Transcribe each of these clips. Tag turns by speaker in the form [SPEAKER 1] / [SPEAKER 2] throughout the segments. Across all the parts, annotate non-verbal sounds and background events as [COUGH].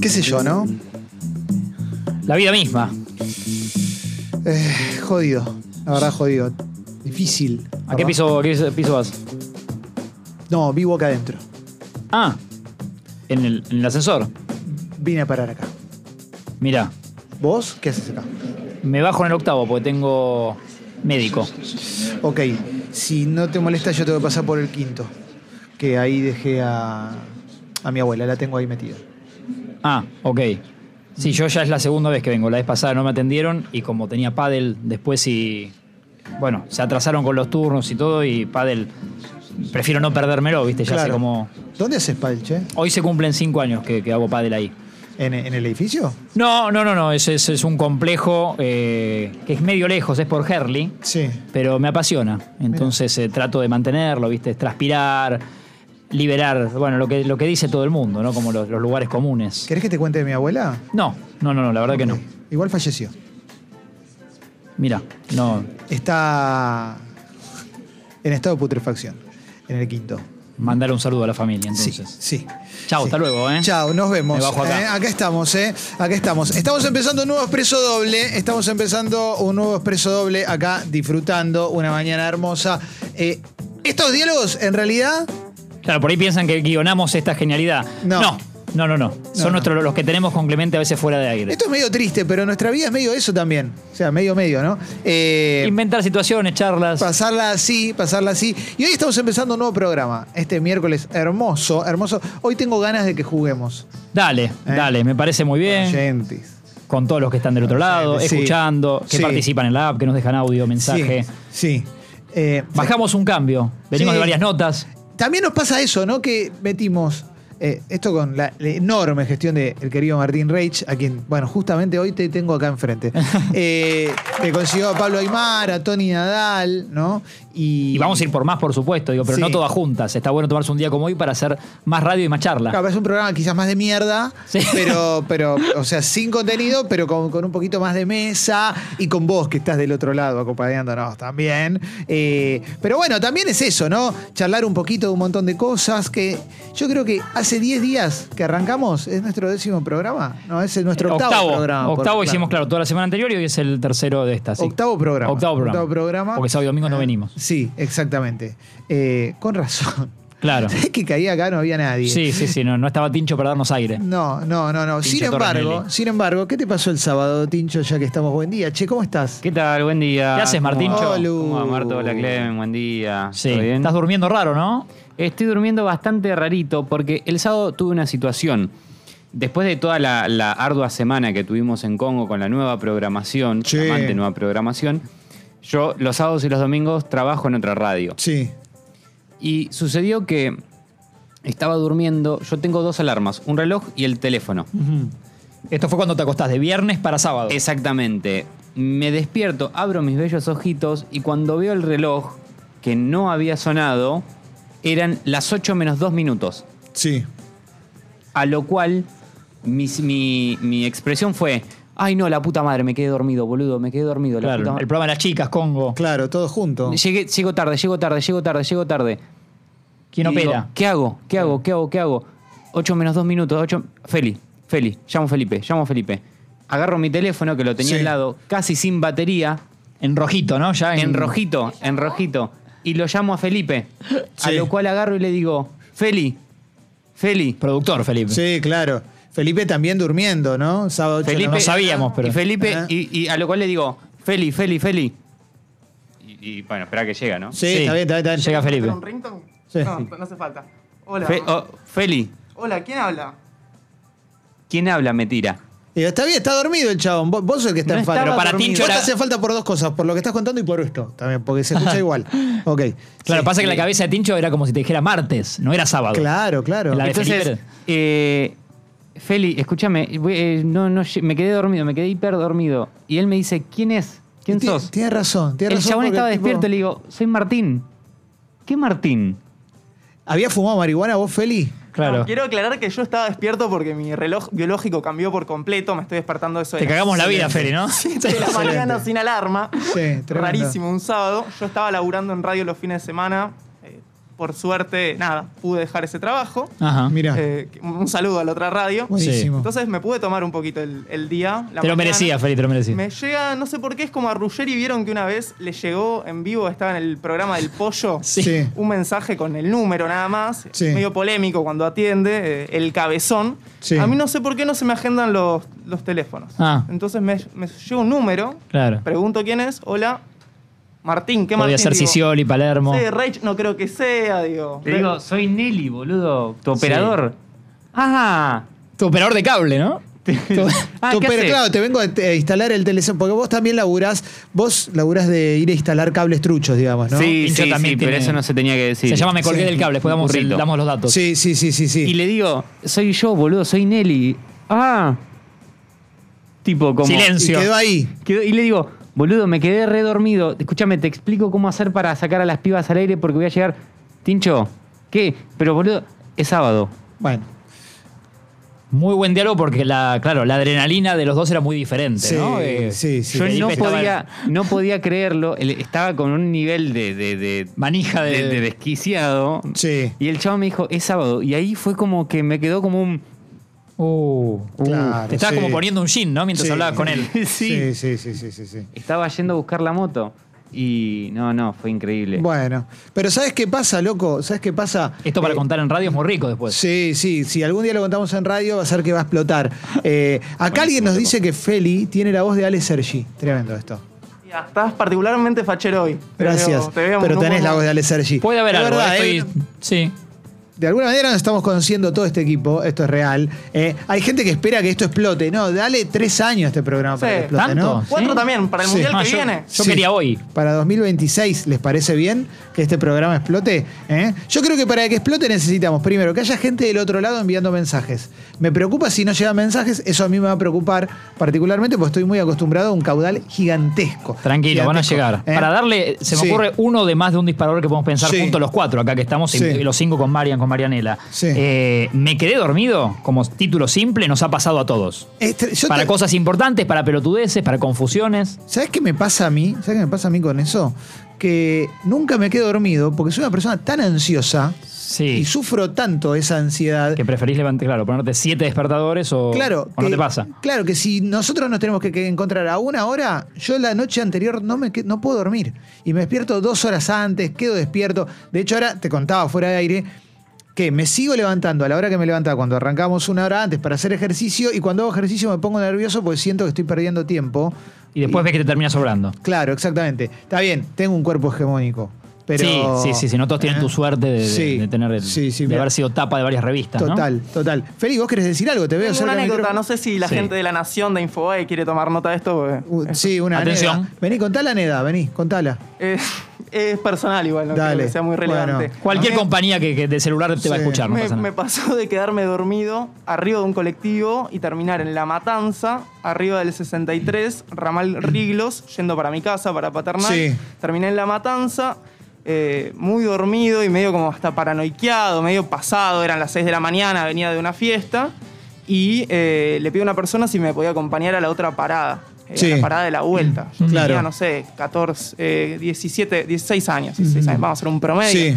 [SPEAKER 1] qué sé yo, ¿no?
[SPEAKER 2] La vida misma.
[SPEAKER 1] Eh, jodido, la verdad jodido. Difícil.
[SPEAKER 2] ¿A qué
[SPEAKER 1] ¿verdad?
[SPEAKER 2] piso, qué piso vas?
[SPEAKER 1] No, vivo acá adentro.
[SPEAKER 2] Ah, en el, en el ascensor.
[SPEAKER 1] Vine a parar acá.
[SPEAKER 2] Mira,
[SPEAKER 1] ¿Vos qué haces acá?
[SPEAKER 2] me bajo en el octavo porque tengo médico.
[SPEAKER 1] Ok, si no te molesta, yo tengo que pasar por el quinto. Que ahí dejé a, a mi abuela, la tengo ahí metida.
[SPEAKER 2] Ah, ok. Sí, yo ya es la segunda vez que vengo. La vez pasada no me atendieron y como tenía pádel después y... Bueno, se atrasaron con los turnos y todo y pádel... Prefiero no perdérmelo, viste, ya sé
[SPEAKER 1] Claro.
[SPEAKER 2] cómo...
[SPEAKER 1] ¿Dónde haces palche?
[SPEAKER 2] Hoy se cumplen cinco años que, que hago pádel ahí.
[SPEAKER 1] ¿En, en el edificio?
[SPEAKER 2] No, no, no, no, es, es, es un complejo eh, que es medio lejos, es por Herley.
[SPEAKER 1] Sí.
[SPEAKER 2] pero me apasiona. Entonces eh, trato de mantenerlo, ¿viste? Transpirar, liberar, bueno, lo que, lo que dice todo el mundo, ¿no? Como los, los lugares comunes.
[SPEAKER 1] ¿Querés que te cuente de mi abuela?
[SPEAKER 2] No, no, no, no, la verdad que no.
[SPEAKER 1] Igual falleció.
[SPEAKER 2] Mira, no.
[SPEAKER 1] Está en estado de putrefacción, en el quinto.
[SPEAKER 2] Mandar un saludo a la familia,
[SPEAKER 1] Sí,
[SPEAKER 2] entonces.
[SPEAKER 1] sí.
[SPEAKER 2] Chau,
[SPEAKER 1] Sí.
[SPEAKER 2] hasta luego, ¿eh?
[SPEAKER 1] Chao, nos vemos.
[SPEAKER 2] Me bajo acá.
[SPEAKER 1] Eh, estamos, ¿eh? Acá estamos. Estamos empezando un nuevo expreso doble. Estamos empezando un nuevo expreso doble acá, disfrutando una mañana hermosa. Eh, estos diálogos, en realidad,
[SPEAKER 2] Claro, por ahí piensan que guionamos esta genialidad.
[SPEAKER 1] No.
[SPEAKER 2] No, no, no. no. Son
[SPEAKER 1] no.
[SPEAKER 2] nuestros los que tenemos con Clemente a veces fuera de aire.
[SPEAKER 1] esto es medio triste, pero nuestra vida es medio eso también. O sea, medio, medio, ¿no? Eh,
[SPEAKER 2] Inventar situaciones, charlas.
[SPEAKER 1] Pasarla así, pasarla así. Y hoy estamos empezando un nuevo programa. Este miércoles hermoso, hermoso. Hoy tengo ganas de que juguemos.
[SPEAKER 2] Dale,
[SPEAKER 1] Eh.
[SPEAKER 2] dale, me parece muy bien.
[SPEAKER 1] Oyentes.
[SPEAKER 2] Con todos los que están del otro lado,
[SPEAKER 1] Sí.
[SPEAKER 2] escuchando, que
[SPEAKER 1] Sí.
[SPEAKER 2] participan en la app, que nos dejan audio, mensaje.
[SPEAKER 1] Sí. sí. Eh,
[SPEAKER 2] Bajamos un cambio. Venimos
[SPEAKER 1] Sí.
[SPEAKER 2] de varias notas.
[SPEAKER 1] También nos pasa eso, ¿no? Que metimos eh, esto con la, la enorme gestión del querido Martín Reich, a quien, bueno, justamente hoy te tengo acá
[SPEAKER 2] [LAUGHS]
[SPEAKER 1] enfrente. Eh, le consiguió a Pablo Aymar, a Tony Nadal, ¿no? Y,
[SPEAKER 2] Y vamos a ir por más, por supuesto, digo, pero
[SPEAKER 1] Sí.
[SPEAKER 2] no todas juntas. Está bueno tomarse un día como hoy para hacer más radio y más charla.
[SPEAKER 1] Claro, es un programa quizás más de mierda,
[SPEAKER 2] Sí.
[SPEAKER 1] pero, pero, o sea, sin contenido, pero con, con un poquito más de mesa y con vos que estás del otro lado acompañándonos también. Eh, pero bueno, también es eso, ¿no? Charlar un poquito de un montón de cosas que yo creo que hace 10 días que arrancamos, es nuestro décimo programa, ¿no? Es el- nuestro octavo, programa.
[SPEAKER 2] octavo
[SPEAKER 1] por-
[SPEAKER 2] hicimos, claro, toda la semana anterior y hoy es el tercero de esta. sí.
[SPEAKER 1] Octavo programa.
[SPEAKER 2] Octavo programa.
[SPEAKER 1] Octavo programa. Ah.
[SPEAKER 2] Porque sábado y domingo no venimos.
[SPEAKER 1] Sí, exactamente. Eh, con razón.
[SPEAKER 2] Claro.
[SPEAKER 1] [LAUGHS] Es que caía acá, no había nadie.
[SPEAKER 2] Sí, sí, sí, no, no estaba tincho para darnos aire.
[SPEAKER 1] No, no, no, no.
[SPEAKER 2] Tincho
[SPEAKER 1] Sin embargo,
[SPEAKER 2] Tornelli.
[SPEAKER 1] sin embargo, ¿qué te pasó el sábado, Tincho, ya que estamos buen día? Che, ¿cómo estás?
[SPEAKER 3] ¿Qué tal? Buen día.
[SPEAKER 2] ¿Qué haces,
[SPEAKER 3] ¿Cómo
[SPEAKER 2] Martín?
[SPEAKER 3] va?
[SPEAKER 1] Olu.
[SPEAKER 3] ¿Cómo va, Marto? Hola, Clemen. Buen día.
[SPEAKER 2] Sí.
[SPEAKER 3] ¿Todo bien?
[SPEAKER 2] Estás durmiendo raro, ¿no?
[SPEAKER 3] Estoy durmiendo bastante rarito porque el sábado tuve una situación. Después de toda la, la ardua semana que tuvimos en Congo con la nueva programación,
[SPEAKER 1] Sí.
[SPEAKER 3] llamante nueva programación, yo los sábados y los domingos trabajo en otra radio.
[SPEAKER 1] Sí.
[SPEAKER 3] Y sucedió que estaba durmiendo, yo tengo dos alarmas, un reloj y el teléfono.
[SPEAKER 2] Esto fue cuando te acostás, de viernes para sábado.
[SPEAKER 3] Exactamente. Me despierto, abro mis bellos ojitos y cuando veo el reloj que no había sonado, eran las 8 menos 2 minutos.
[SPEAKER 1] Sí.
[SPEAKER 3] A lo cual mis- mi, mi expresión fue, ay no, la puta madre, me quedé dormido, boludo, me quedé dormido. la
[SPEAKER 2] Claro,
[SPEAKER 3] puta ma-".
[SPEAKER 2] el programa de las chicas, Congo.
[SPEAKER 1] Claro, todo junto.
[SPEAKER 3] Llegué- llego tarde, llego tarde, llego tarde, llego tarde.
[SPEAKER 2] ¿Quién
[SPEAKER 3] Y digo,
[SPEAKER 2] opera?
[SPEAKER 3] ¿Qué hago? ¿Qué hago? ¿Qué hago? ¿Qué hago? 8 menos 2 minutos, 8... Feli, Feli, llamo a Felipe, llamo a Felipe. Agarro mi teléfono que lo tenía
[SPEAKER 1] Sí.
[SPEAKER 3] al lado, casi sin batería,
[SPEAKER 2] En rojito, ¿no? Ya en,
[SPEAKER 3] en rojito, en rojito. Y lo llamo a Felipe. A
[SPEAKER 1] Sí.
[SPEAKER 3] lo cual agarro y le digo, Feli, Feli.
[SPEAKER 2] Productor, Felipe.
[SPEAKER 1] Sí, claro. Felipe también durmiendo, ¿no? Sábado ocho de la
[SPEAKER 3] Felipe.
[SPEAKER 2] no
[SPEAKER 1] mañana.
[SPEAKER 2] sabíamos, pero-
[SPEAKER 3] Y Felipe,
[SPEAKER 1] Ajá.
[SPEAKER 3] y, y a lo cual le digo, Feli, Feli, Feli. Y, y, bueno, espera que llega, ¿no?
[SPEAKER 1] Sí, está bien, está bien, está bien.
[SPEAKER 2] Llega Felipe.
[SPEAKER 4] ¿Un ringtone?
[SPEAKER 1] Sí.
[SPEAKER 4] No, no hace falta. Hola.
[SPEAKER 3] Fe- oh, Feli,
[SPEAKER 4] Hola, ¿quién habla?
[SPEAKER 3] ¿quién habla? Me tira.
[SPEAKER 1] Y digo, Está bien, está dormido el chabón. Vos, vos sos el que está
[SPEAKER 3] No
[SPEAKER 1] en falta.
[SPEAKER 3] estaba
[SPEAKER 2] Pero para
[SPEAKER 3] dormido.
[SPEAKER 2] Tincho
[SPEAKER 1] Vos te
[SPEAKER 2] era-
[SPEAKER 1] hace falta por dos cosas, por lo que estás contando y por esto también, porque se escucha igual. Ok.
[SPEAKER 2] Claro,
[SPEAKER 1] Sí.
[SPEAKER 2] pasa que la cabeza de Tincho era como si te dijera martes, no era sábado.
[SPEAKER 1] Claro, claro.
[SPEAKER 2] La- de
[SPEAKER 3] Entonces,
[SPEAKER 2] Felipe.
[SPEAKER 3] eh, Feli, escúchame, voy- eh, no, no, lle- me quedé dormido, me quedé hiper dormido. Y él me dice, ¿quién es? ¿Quién
[SPEAKER 1] Ti-
[SPEAKER 3] sos?
[SPEAKER 1] Tienes razón, tienes
[SPEAKER 3] El
[SPEAKER 1] razón.
[SPEAKER 3] chabón
[SPEAKER 1] porque
[SPEAKER 3] estaba
[SPEAKER 1] el tipo-
[SPEAKER 3] despierto y le digo, soy Martín. ¿Qué Martín?
[SPEAKER 1] ¿Había fumado marihuana vos, Feli?
[SPEAKER 2] Claro.
[SPEAKER 4] No, quiero aclarar que yo estaba despierto porque mi reloj biológico cambió por completo. Me estoy despertando de eso. de
[SPEAKER 2] Te
[SPEAKER 4] las
[SPEAKER 2] cagamos la vida,
[SPEAKER 1] Excelente.
[SPEAKER 2] Feli, ¿no?
[SPEAKER 4] siete de la
[SPEAKER 1] Excelente.
[SPEAKER 4] mañana sin alarma.
[SPEAKER 1] Sí, tremendo.
[SPEAKER 4] Rarísimo, un sábado. Yo estaba laburando en radio los fines de semana. eh, por suerte, nada, pude dejar ese trabajo.
[SPEAKER 2] Ajá.
[SPEAKER 1] Mira,
[SPEAKER 4] Eh, un saludo a la otra radio.
[SPEAKER 1] buenísimo.
[SPEAKER 4] Entonces me pude tomar un poquito el, el día. la
[SPEAKER 2] te lo
[SPEAKER 4] mañana.
[SPEAKER 2] merecías, Feli, te lo merecías.
[SPEAKER 4] Me llega, no sé por qué, es como a Ruggeri vieron que una vez le llegó en vivo, estaba en el programa
[SPEAKER 1] [LAUGHS]
[SPEAKER 4] del pollo,
[SPEAKER 1] Sí.
[SPEAKER 4] un mensaje con el número nada más,
[SPEAKER 1] Sí.
[SPEAKER 4] medio polémico cuando atiende, eh, el cabezón.
[SPEAKER 1] Sí.
[SPEAKER 4] A mí no sé por qué no se me agendan los, los teléfonos.
[SPEAKER 2] Ah.
[SPEAKER 4] Entonces me, me llega un número,
[SPEAKER 2] Claro.
[SPEAKER 4] pregunto quién es, hola, Martín, ¿qué
[SPEAKER 2] Podría
[SPEAKER 4] Martín?
[SPEAKER 2] ser
[SPEAKER 4] Digo,
[SPEAKER 2] Sicioli, Palermo.
[SPEAKER 4] Sí, Rage no creo que sea, digo.
[SPEAKER 3] Te digo, soy Nelly, boludo, tu operador. Ah,
[SPEAKER 2] Tu operador de cable, ¿no?
[SPEAKER 3] ah,
[SPEAKER 1] Tú,
[SPEAKER 3] ¿qué
[SPEAKER 1] pero
[SPEAKER 3] haces?
[SPEAKER 1] claro, te vengo a, te- a instalar el teléfono, porque vos también laburás, vos laburás de ir a instalar cables truchos, digamos, ¿no?
[SPEAKER 3] Sí,
[SPEAKER 2] Hincha
[SPEAKER 3] sí,
[SPEAKER 2] también
[SPEAKER 3] sí, pero
[SPEAKER 2] tiene-
[SPEAKER 3] eso no se tenía que decir.
[SPEAKER 2] Se llama Me colgué
[SPEAKER 1] Sí.
[SPEAKER 2] del cable, después damos, el-
[SPEAKER 3] Burrito.
[SPEAKER 2] damos los datos.
[SPEAKER 1] sí, sí, sí, sí. sí.
[SPEAKER 3] Y le digo, soy yo, boludo, soy Nelly. Ah. Tipo como...
[SPEAKER 1] Y
[SPEAKER 2] Silencio.
[SPEAKER 1] quedó ahí.
[SPEAKER 3] Quedó- y le digo, boludo, me quedé redormido. Escúchame, te explico cómo hacer para sacar a las pibas al aire porque voy a llegar. Tincho, ¿qué? Pero boludo, es sábado.
[SPEAKER 1] Bueno,
[SPEAKER 2] Muy buen diálogo porque la, claro, la adrenalina de los dos era muy diferente,
[SPEAKER 1] Sí,
[SPEAKER 2] ¿no? Eh,
[SPEAKER 1] sí, sí.
[SPEAKER 3] Yo
[SPEAKER 2] Felipe
[SPEAKER 3] no
[SPEAKER 2] estaba-
[SPEAKER 3] podía, no podía creerlo. Él estaba con un nivel de, de, de-
[SPEAKER 2] Manija de-
[SPEAKER 3] de desquiciado.
[SPEAKER 1] sí.
[SPEAKER 3] Y el chavo me dijo, es sábado. Y ahí fue como que me quedó como un.
[SPEAKER 2] Uh,
[SPEAKER 1] Claro,
[SPEAKER 2] te estabas
[SPEAKER 1] sí.
[SPEAKER 2] como poniendo un jean, ¿no? Mientras
[SPEAKER 1] Sí.
[SPEAKER 2] hablabas con él.
[SPEAKER 3] sí.
[SPEAKER 1] [LAUGHS] Sí, sí, sí, sí, sí, sí.
[SPEAKER 3] Estaba yendo a buscar la moto. Y no, no, fue increíble.
[SPEAKER 1] Bueno, pero ¿sabes qué pasa, loco? ¿Sabes qué pasa?
[SPEAKER 2] Esto para
[SPEAKER 1] Eh,
[SPEAKER 2] contar en radio es muy rico después.
[SPEAKER 1] Sí, sí, si algún día lo contamos en radio va a ser que va a explotar. Eh, acá alguien nos dice que Feli tiene la voz de Ale Sergi. Tremendo esto.
[SPEAKER 4] Mira, estás particularmente fachero hoy. Te
[SPEAKER 1] Gracias.
[SPEAKER 4] veo- te veo
[SPEAKER 1] pero
[SPEAKER 4] un
[SPEAKER 1] tenés
[SPEAKER 4] poco-
[SPEAKER 1] la voz de Ale Sergi.
[SPEAKER 2] Puede haber
[SPEAKER 1] La
[SPEAKER 2] algo.
[SPEAKER 1] verdad,
[SPEAKER 2] estoy-
[SPEAKER 1] eh,
[SPEAKER 2] Sí.
[SPEAKER 1] de alguna manera nos estamos conociendo todo este equipo, esto es real. Eh, hay gente que espera que esto explote. No, dale tres años a este programa para
[SPEAKER 4] Sí.
[SPEAKER 1] que explote, ¿no?
[SPEAKER 2] ¿Tanto?
[SPEAKER 4] Cuatro
[SPEAKER 2] ¿Sí?
[SPEAKER 4] también, para el
[SPEAKER 1] Sí.
[SPEAKER 4] mundial
[SPEAKER 2] Ah,
[SPEAKER 4] que
[SPEAKER 2] yo-
[SPEAKER 4] viene.
[SPEAKER 2] Yo quería hoy.
[SPEAKER 1] Para 2026, ¿les parece bien que este programa explote? ¿Eh? Yo creo que para que explote necesitamos, primero, que haya gente del otro lado enviando mensajes. Me preocupa si no llegan mensajes, eso a mí me va a preocupar particularmente porque estoy muy acostumbrado a un caudal gigantesco.
[SPEAKER 2] Tranquilo, van a
[SPEAKER 1] Gigantesco.
[SPEAKER 2] llegar.
[SPEAKER 1] ¿Eh?
[SPEAKER 2] Para darle, se me
[SPEAKER 1] Sí.
[SPEAKER 2] ocurre uno de más de un disparador que podemos pensar
[SPEAKER 1] Sí.
[SPEAKER 2] juntos los cuatro, acá que estamos, y-
[SPEAKER 1] Sí.
[SPEAKER 2] y los cinco con Marian, con Marianela.
[SPEAKER 1] Sí.
[SPEAKER 2] Eh, me quedé dormido, como título simple, nos ha pasado a todos.
[SPEAKER 1] Este, yo
[SPEAKER 2] para
[SPEAKER 1] te-
[SPEAKER 2] cosas importantes, para pelotudeces, para confusiones.
[SPEAKER 1] ¿Sabes qué me pasa a mí? ¿Sabes qué me pasa a mí con eso? Que nunca me quedo dormido porque soy una persona tan ansiosa
[SPEAKER 2] Sí.
[SPEAKER 1] y sufro tanto esa ansiedad
[SPEAKER 2] Que preferís levantar, claro, ponerte siete despertadores o,
[SPEAKER 1] Claro. eh,
[SPEAKER 2] o no
[SPEAKER 1] que-
[SPEAKER 2] te pasa.
[SPEAKER 1] Claro, que si nosotros nos tenemos que, que encontrar a una hora, yo la noche anterior no, me, que- no puedo dormir. Y me despierto dos horas antes, quedo despierto. De hecho, ahora te contaba fuera de aire que me sigo levantando a la hora que me levantaba cuando arrancamos una hora antes para hacer ejercicio y cuando hago ejercicio me pongo nervioso porque siento que estoy perdiendo tiempo.
[SPEAKER 2] Y después ves que te termina sobrando.
[SPEAKER 1] Claro, exactamente. Está bien, tengo un cuerpo hegemónico. Pero,
[SPEAKER 2] sí, sí, sí, sí, no todos tienen
[SPEAKER 1] ¿Eh?
[SPEAKER 2] tu suerte de, de-
[SPEAKER 1] Sí,
[SPEAKER 2] de tener el-
[SPEAKER 1] sí, sí,
[SPEAKER 2] de
[SPEAKER 1] mira.
[SPEAKER 2] haber sido tapa de varias revistas. ¿no?
[SPEAKER 1] Total, total. Félix, ¿vos querés decir algo? Te veo
[SPEAKER 4] Tengo
[SPEAKER 1] cerca
[SPEAKER 4] una
[SPEAKER 1] del
[SPEAKER 4] anécdota,
[SPEAKER 1] micrófono.
[SPEAKER 4] no sé si la
[SPEAKER 2] Sí.
[SPEAKER 4] gente de la Nación de Infobae quiere tomar nota de esto. porque-
[SPEAKER 1] Uh, sí, una
[SPEAKER 2] Atención.
[SPEAKER 1] Aneda. Vení, contala, Neda, vení, contala.
[SPEAKER 4] Es, es personal igual, no
[SPEAKER 1] Dale.
[SPEAKER 4] creo que sea muy relevante.
[SPEAKER 1] Bueno.
[SPEAKER 2] Cualquier
[SPEAKER 4] Me-
[SPEAKER 2] compañía que, que de celular te va a
[SPEAKER 1] Sí.
[SPEAKER 2] escuchar, no
[SPEAKER 4] me,
[SPEAKER 2] pasa nada.
[SPEAKER 4] me pasó de quedarme dormido arriba de un colectivo y terminar en La Matanza, arriba del 63, Ramal Riglos, yendo para mi casa, para Paternal.
[SPEAKER 1] Sí.
[SPEAKER 4] Terminé en La Matanza, eh, muy dormido y medio como hasta paranoiqueado, medio pasado, eran las 6 de la mañana, venía de una fiesta. Y eh, le pido a una persona si me podía acompañar a la otra parada, eh,
[SPEAKER 1] Sí.
[SPEAKER 4] a la parada de la vuelta. Yo
[SPEAKER 1] Claro.
[SPEAKER 4] tenía, no sé, 14, eh, 17, 16 años, 16 años, vamos a hacer un promedio.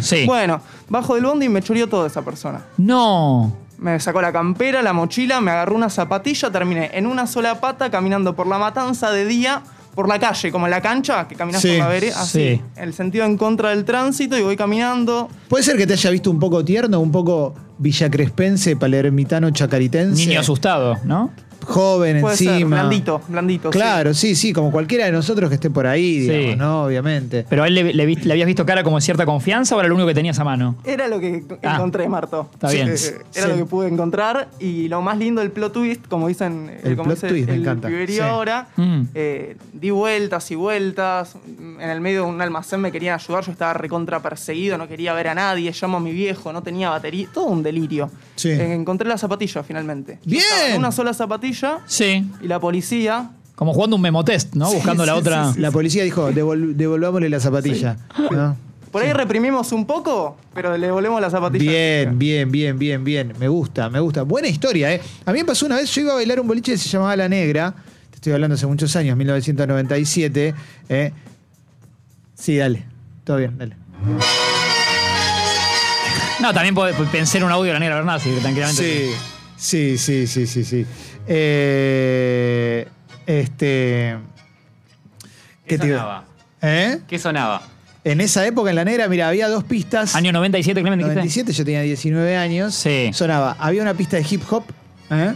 [SPEAKER 1] Sí.
[SPEAKER 2] Sí.
[SPEAKER 4] Bueno, bajo del bondi y me choreó toda esa persona.
[SPEAKER 2] No.
[SPEAKER 4] Me sacó la campera, la mochila, me agarró una zapatilla, terminé en una sola pata caminando por la matanza de día, por la calle, como en la cancha, que caminás
[SPEAKER 1] Sí,
[SPEAKER 4] por la vereda, así,
[SPEAKER 2] sí.
[SPEAKER 4] en el sentido en contra del tránsito y voy caminando.
[SPEAKER 1] Puede ser que te haya visto un poco tierno, un poco villacrespense, palermitano, chacaritense.
[SPEAKER 2] Niño asustado, ¿no?
[SPEAKER 1] Joven
[SPEAKER 4] Puede
[SPEAKER 1] encima.
[SPEAKER 4] ser, blandito, blandito. sí.
[SPEAKER 1] Claro, sí, sí, como cualquiera de nosotros que esté por ahí,
[SPEAKER 2] Sí.
[SPEAKER 1] digamos, ¿no? Obviamente.
[SPEAKER 2] Pero a él le, le viste- le habías visto cara como de cierta confianza o era lo único que tenías a mano.
[SPEAKER 4] Era lo que
[SPEAKER 2] Ah.
[SPEAKER 4] encontré, Marto.
[SPEAKER 2] Está bien.
[SPEAKER 4] Eh, [LAUGHS] Era
[SPEAKER 1] Sí.
[SPEAKER 4] lo que pude encontrar. Y lo más lindo, el plot twist, como dicen eh,
[SPEAKER 1] El
[SPEAKER 4] como
[SPEAKER 1] plot
[SPEAKER 4] dice
[SPEAKER 1] twist, me
[SPEAKER 4] el
[SPEAKER 1] encanta.
[SPEAKER 4] piberío
[SPEAKER 1] Sí.
[SPEAKER 4] ahora.
[SPEAKER 2] Mm.
[SPEAKER 4] eh, di vueltas y vueltas. mm, En el medio de un almacén me querían ayudar. Yo estaba recontra perseguido, no quería ver a nadie. Llamo a mi viejo, no tenía batería. Todo un delirio.
[SPEAKER 1] Sí.
[SPEAKER 4] Eh, encontré la zapatilla finalmente. Yo
[SPEAKER 1] Bien.
[SPEAKER 4] estaba en Una sola zapatilla.
[SPEAKER 2] Sí.
[SPEAKER 4] Y la policía
[SPEAKER 2] Como jugando un memotest, ¿no? Buscando la otra.
[SPEAKER 1] La policía dijo, "Devol- devolvámosle la zapatilla. ¿no?
[SPEAKER 4] Por ahí reprimimos un poco, pero le volvemos la zapatilla.
[SPEAKER 1] Bien, bien, bien, bien, bien. Me gusta, me gusta. Buena historia, ¿eh? A mí me pasó una vez, yo iba a bailar un boliche que se llamaba La Negra. Te estoy hablando hace muchos años, 1997. ¿eh? Sí, dale. Todo bien, dale.
[SPEAKER 2] No, también podés pues, pensar en un audio de la negra Bernasi, tranquilamente.
[SPEAKER 1] Sí, sí, sí, sí, sí, sí. Eh, este.
[SPEAKER 3] ¿Qué
[SPEAKER 1] te iba-
[SPEAKER 3] sonaba?
[SPEAKER 1] ¿Eh?
[SPEAKER 3] ¿Qué sonaba?
[SPEAKER 1] En esa época en la negra, mira, había dos pistas.
[SPEAKER 2] Año 97, Clemente, dijiste.
[SPEAKER 1] 97, yo tenía 19 años.
[SPEAKER 2] Sí.
[SPEAKER 1] Sonaba. Había una pista de hip hop ¿eh?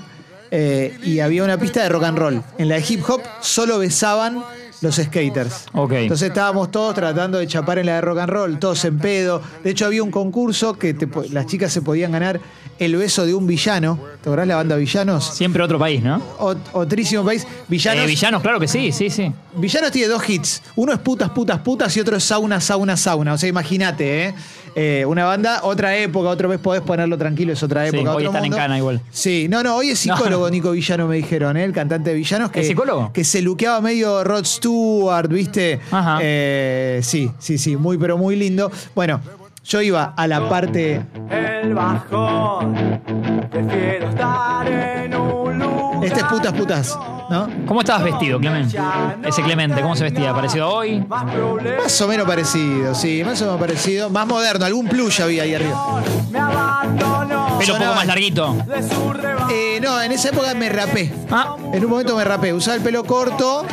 [SPEAKER 1] Eh, y había una pista de rock and roll. En la de hip hop solo besaban los skaters.
[SPEAKER 2] Ok.
[SPEAKER 1] Entonces estábamos todos tratando de chapar en la de rock and roll, todos en pedo. De hecho, había un concurso que te po- las chicas se podían ganar el beso de un villano. ¿Te acordás la banda Villanos?
[SPEAKER 2] Siempre otro país, ¿no?
[SPEAKER 1] Ot- otrísimo país. Villanos.
[SPEAKER 2] Eh, villanos, claro que sí, sí, sí.
[SPEAKER 1] Villanos tiene dos hits. Uno es putas, putas, putas y otro es sauna, sauna, sauna. O sea, imagínate, ¿eh? Eh, Una banda, otra época, otra vez podés ponerlo tranquilo, es otra
[SPEAKER 2] Sí,
[SPEAKER 1] época.
[SPEAKER 2] hoy
[SPEAKER 1] otro
[SPEAKER 2] están en
[SPEAKER 1] mundo.
[SPEAKER 2] cana igual.
[SPEAKER 1] Sí, no, no, hoy es psicólogo
[SPEAKER 2] [LAUGHS] No.
[SPEAKER 1] Nico Villano, me dijeron, ¿eh? el cantante de Villanos. Que,
[SPEAKER 2] ¿Es psicólogo?
[SPEAKER 1] Que se luqueaba medio Rod Stewart, ¿viste?
[SPEAKER 2] Ajá.
[SPEAKER 1] Eh, sí, sí, sí, muy, pero muy lindo. Bueno, yo iba a la parte.
[SPEAKER 4] El bajón. Prefiero estar en un lugar.
[SPEAKER 1] Este es putas, putas, ¿no?
[SPEAKER 2] ¿Cómo estabas vestido, Clemente? Ese Clemente, ¿cómo se vestía? ¿Parecido a hoy?
[SPEAKER 4] Más problemas.
[SPEAKER 1] Más o menos parecido, sí, más o menos parecido. Más moderno, algún plus ya había ahí arriba.
[SPEAKER 4] Me abandono
[SPEAKER 2] Pelo un poco más larguito.
[SPEAKER 4] de su rebaño.
[SPEAKER 1] Eh, no, en esa época me rapé.
[SPEAKER 2] Ah,
[SPEAKER 1] En un momento me rapé, usaba el pelo corto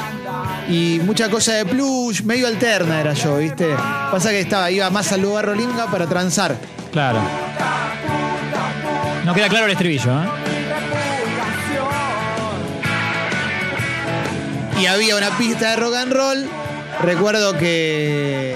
[SPEAKER 1] y mucha cosa de plush, medio alterna era yo, ¿viste? Pasa que estaba, iba más al lugar Rolinga para transar.
[SPEAKER 2] claro. No queda claro el estribillo, ¿eh?
[SPEAKER 1] Y había una pista de rock and roll. Recuerdo que.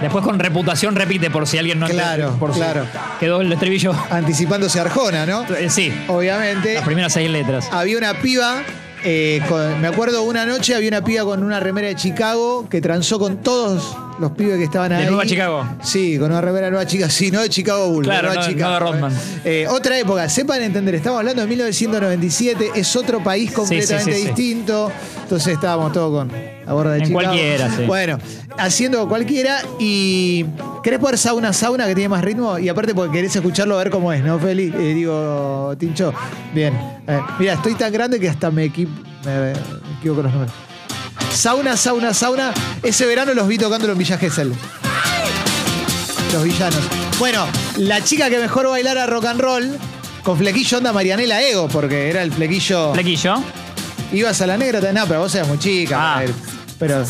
[SPEAKER 2] Después con reputación repite por si alguien no
[SPEAKER 1] Claro,
[SPEAKER 2] por si-
[SPEAKER 1] claro.
[SPEAKER 2] Quedó el estribillo.
[SPEAKER 1] anticipándose a Arjona, ¿no?
[SPEAKER 2] Eh, Sí,
[SPEAKER 1] Obviamente.
[SPEAKER 2] las primeras seis letras.
[SPEAKER 1] Había una piba. eh, con- me acuerdo una noche había una piba con una remera de Chicago que transó con todos los pibes que estaban ahí.
[SPEAKER 2] Nueva Chicago?
[SPEAKER 1] Sí, con una remera de Nueva Chicago. Sí, no de Chicago Bulls.
[SPEAKER 2] Claro,
[SPEAKER 1] de
[SPEAKER 2] no-
[SPEAKER 1] Nueva
[SPEAKER 2] no de
[SPEAKER 1] Chicago, eh.
[SPEAKER 2] Rodman.
[SPEAKER 1] Eh, otra época, sepan entender, estamos hablando de 1997, es otro país completamente
[SPEAKER 2] sí, sí.
[SPEAKER 1] distinto. Entonces estábamos todos con la borda de
[SPEAKER 2] En
[SPEAKER 1] Chicago.
[SPEAKER 2] cualquiera, sí.
[SPEAKER 1] Bueno, haciendo cualquiera y. ¿Querés poder sauna sauna que tiene más ritmo? Y aparte porque querés escucharlo a ver cómo es, ¿no, Feli? Eh, digo, Tincho. Bien. mira, estoy tan grande que hasta me, equi- me- me equivoco los números. Sauna, sauna, sauna. Ese verano los vi tocándolo en Villa Gesell. Los villanos. Bueno, la chica que mejor bailara rock and roll, con flequillo onda Marianela Ego, porque era el flequillo.
[SPEAKER 2] Flequillo.
[SPEAKER 1] Ibas a la negra, te- no, pero vos eras muy chica.
[SPEAKER 2] Ah.
[SPEAKER 1] Pero.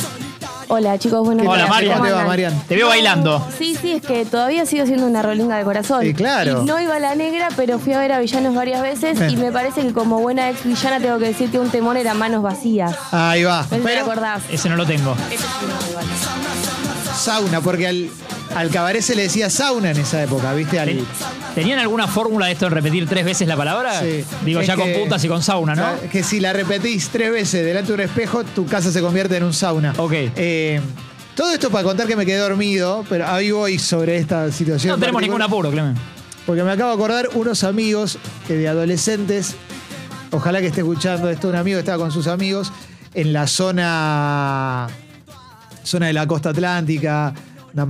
[SPEAKER 5] Hola chicos, buenas
[SPEAKER 2] Hola,
[SPEAKER 5] tardes.
[SPEAKER 2] Marian.
[SPEAKER 5] ¿Cómo
[SPEAKER 1] ¿Cómo te va,
[SPEAKER 5] andan?
[SPEAKER 1] Marian?
[SPEAKER 2] Te veo bailando.
[SPEAKER 5] Sí, sí, es que todavía sigo siendo una rolinga de corazón.
[SPEAKER 1] Sí, Eh, claro. Eh.
[SPEAKER 5] Y no iba a la negra, pero fui a ver a villanos varias veces
[SPEAKER 1] Bien.
[SPEAKER 5] y me parece que como buena ex villana tengo que decir que un temón era manos vacías.
[SPEAKER 1] Ahí va.
[SPEAKER 5] No sé si te
[SPEAKER 1] Pero
[SPEAKER 5] acordás.
[SPEAKER 2] Ese no lo tengo.
[SPEAKER 5] Ese sí me igual.
[SPEAKER 1] sauna, porque al, al cabaret se le decía sauna en esa época, ¿viste? Al-
[SPEAKER 2] ¿Tenían alguna fórmula de esto de repetir tres veces la palabra?
[SPEAKER 1] Ah, sí.
[SPEAKER 2] Digo,
[SPEAKER 1] Es
[SPEAKER 2] ya con
[SPEAKER 1] que-
[SPEAKER 2] putas y con sauna, ¿no?
[SPEAKER 1] Claro, Que si la repetís tres veces delante de un espejo, tu casa se convierte en un sauna.
[SPEAKER 2] Ok.
[SPEAKER 1] Eh, todo esto para contar que me quedé dormido, pero ahí voy sobre esta situación.
[SPEAKER 2] No tenemos ningún
[SPEAKER 1] particular.
[SPEAKER 2] apuro, Clemente.
[SPEAKER 1] Porque me acabo de acordar unos amigos que de adolescentes, ojalá que esté escuchando esto, un amigo que estaba con sus amigos en la zona, zona de la costa atlántica,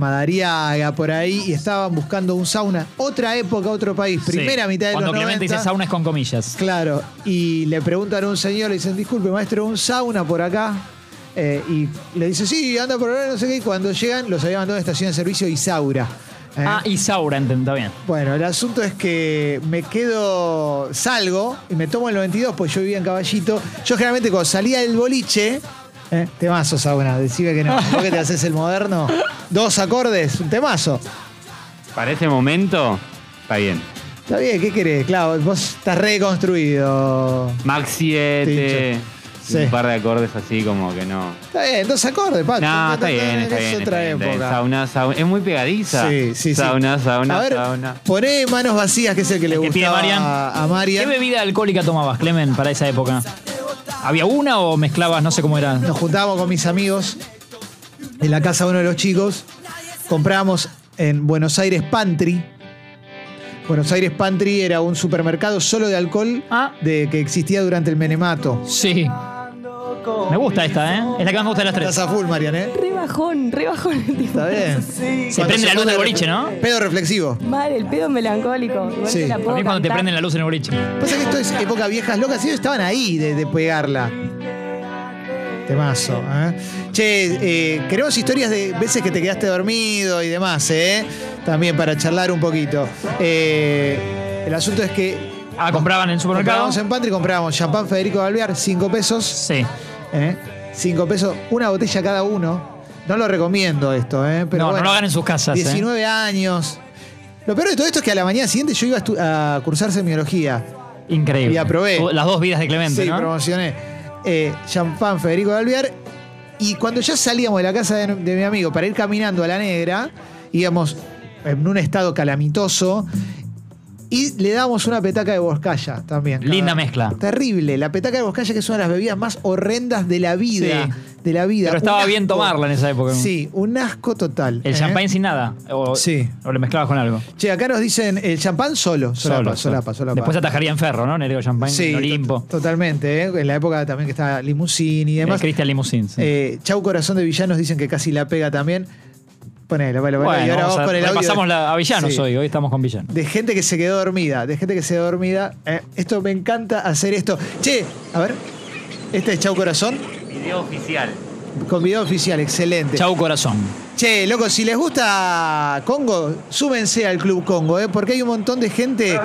[SPEAKER 1] Madariaga, por ahí, y estaban buscando un sauna. Otra época, otro país, primera
[SPEAKER 2] Sí.
[SPEAKER 1] mitad de
[SPEAKER 2] Cuando
[SPEAKER 1] los
[SPEAKER 2] Clemente
[SPEAKER 1] 90.
[SPEAKER 2] dice sauna es con comillas.
[SPEAKER 1] Claro, y le preguntan a un señor, le dicen, disculpe, maestro, un sauna por acá. Eh, y le dice, sí, anda por ahora, no sé qué. Y cuando llegan, los había mandado a estación de servicio Isaura. ¿eh?
[SPEAKER 2] Ah, y Saura, entiendo bien.
[SPEAKER 1] Bueno, el asunto es que me quedo, salgo y me tomo el 92, pues yo vivía en Caballito. Yo generalmente cuando salía del boliche, eh, temazo, Sauna, decime que no, ¿por qué te haces el moderno? Dos acordes, un temazo.
[SPEAKER 3] Para ese momento, está bien.
[SPEAKER 1] Está bien, ¿qué querés? Claro, vos estás reconstruido.
[SPEAKER 3] Max 7,
[SPEAKER 1] Sí.
[SPEAKER 3] un par de acordes así como que no.
[SPEAKER 1] Está bien, dos acordes, Pato.
[SPEAKER 3] No, está bien, está
[SPEAKER 1] Es
[SPEAKER 3] bien.
[SPEAKER 1] otra
[SPEAKER 3] está bien, está bien.
[SPEAKER 1] época.
[SPEAKER 3] Sauna, sauna. Es muy pegadiza.
[SPEAKER 1] Sí, sí, sí.
[SPEAKER 3] Sauna, sauna,
[SPEAKER 1] A ver,
[SPEAKER 3] sauna.
[SPEAKER 1] Poné manos vacías, que es el que le
[SPEAKER 2] que pide
[SPEAKER 1] gustaba
[SPEAKER 2] Marian.
[SPEAKER 1] a
[SPEAKER 2] ¿Qué
[SPEAKER 1] Marian.
[SPEAKER 2] bebida alcohólica tomabas, Clemen, para esa época? ¿Había una o mezclabas? No sé cómo era.
[SPEAKER 1] Nos juntábamos con mis amigos en la casa de uno de los chicos. Comprábamos en Buenos Aires Pantry. Buenos Aires Pantry era un supermercado solo de alcohol
[SPEAKER 2] Ah.
[SPEAKER 1] de, que existía durante el menemato.
[SPEAKER 2] Sí. Me gusta esta, ¿eh? Es la que más me gusta de las
[SPEAKER 1] Estás a
[SPEAKER 2] tres.
[SPEAKER 1] full, Marian, ¿eh?
[SPEAKER 5] Re bajón, re bajón. tipo,
[SPEAKER 1] Está bien.
[SPEAKER 2] Se
[SPEAKER 1] Cuando
[SPEAKER 2] prende la luz
[SPEAKER 1] pone
[SPEAKER 2] del
[SPEAKER 1] re-
[SPEAKER 2] boliche, ¿no?
[SPEAKER 1] Pedo reflexivo.
[SPEAKER 5] Mal, el pedo melancólico. Igual
[SPEAKER 1] Sí.
[SPEAKER 5] te la
[SPEAKER 1] A mí
[SPEAKER 5] puedo
[SPEAKER 2] A mí cuando te
[SPEAKER 5] cantar.
[SPEAKER 2] prenden la luz en el boliche.
[SPEAKER 1] Pasa que esto es época viejas locas y ellos estaban ahí de, de pegarla. Temazo, ¿eh? Che, eh, queremos historias de veces que te quedaste dormido y demás, ¿eh? también para charlar un poquito. Eh, el asunto es que
[SPEAKER 2] Ah, compraban en el supermercado.
[SPEAKER 1] comprábamos en Pantry, comprábamos champán Federico Balvear, 5 pesos.
[SPEAKER 2] Sí.
[SPEAKER 1] 5 pesos, una botella cada uno. No lo recomiendo esto, ¿eh? Pero
[SPEAKER 2] no, no
[SPEAKER 1] bueno,
[SPEAKER 2] lo hagan en sus casas. ¿eh?
[SPEAKER 1] 19 años. Lo peor de todo esto es que a la mañana siguiente yo iba a estu- a, cursar semiología.
[SPEAKER 2] Increíble.
[SPEAKER 1] Y aprobé.
[SPEAKER 2] Las dos vidas de Clemente,
[SPEAKER 1] Sí,
[SPEAKER 2] ¿no?
[SPEAKER 1] promocioné. Eh, champán Federico Balvear. Y cuando ya salíamos de la casa de, de mi amigo para ir caminando a la negra, íbamos en un estado calamitoso. Y le dábamos una petaca de boscaya también.
[SPEAKER 2] Linda mezcla.
[SPEAKER 1] Terrible. La petaca de boscaya, que es una de las bebidas más horrendas de la vida.
[SPEAKER 2] Sí.
[SPEAKER 1] De la vida.
[SPEAKER 2] Pero
[SPEAKER 1] Un
[SPEAKER 2] estaba
[SPEAKER 1] asco.
[SPEAKER 2] bien tomarla en esa época.
[SPEAKER 1] Sí, un asco total.
[SPEAKER 2] El
[SPEAKER 1] ¿eh?
[SPEAKER 2] champán sin nada. O,
[SPEAKER 1] Sí.
[SPEAKER 2] O le mezclabas con algo.
[SPEAKER 1] Che, acá nos dicen el champán solo. Solapa,
[SPEAKER 2] Solo,
[SPEAKER 1] solapa,
[SPEAKER 2] solo.
[SPEAKER 1] solapa.
[SPEAKER 2] Después atajaría en Ferro, ¿no? Nereo Champagne,
[SPEAKER 1] Sí,
[SPEAKER 2] en Olimpo.
[SPEAKER 1] to- totalmente. ¿eh? En la época también que estaba Limusín y demás.
[SPEAKER 2] Además, Cristian Limusín. sí.
[SPEAKER 1] Eh, Chau Corazón de Villanos dicen que casi la pega también. Ponelo, ponelo, ponelo.
[SPEAKER 2] bueno,
[SPEAKER 1] y ahora
[SPEAKER 2] vamos
[SPEAKER 1] vamos
[SPEAKER 2] a-
[SPEAKER 1] con el audio.
[SPEAKER 2] repasamos la- a Villanos
[SPEAKER 1] Sí.
[SPEAKER 2] hoy. Hoy estamos con Villanos.
[SPEAKER 1] De gente que se quedó dormida, de gente que se quedó dormida. Eh, esto me encanta hacer esto. Che, a ver. Este es Chau Corazón.
[SPEAKER 6] Video oficial.
[SPEAKER 1] Con video oficial, excelente.
[SPEAKER 2] Chau, corazón.
[SPEAKER 1] Che, loco, si les gusta Congo, súbense al Club Congo, ¿eh? porque hay un montón de gente.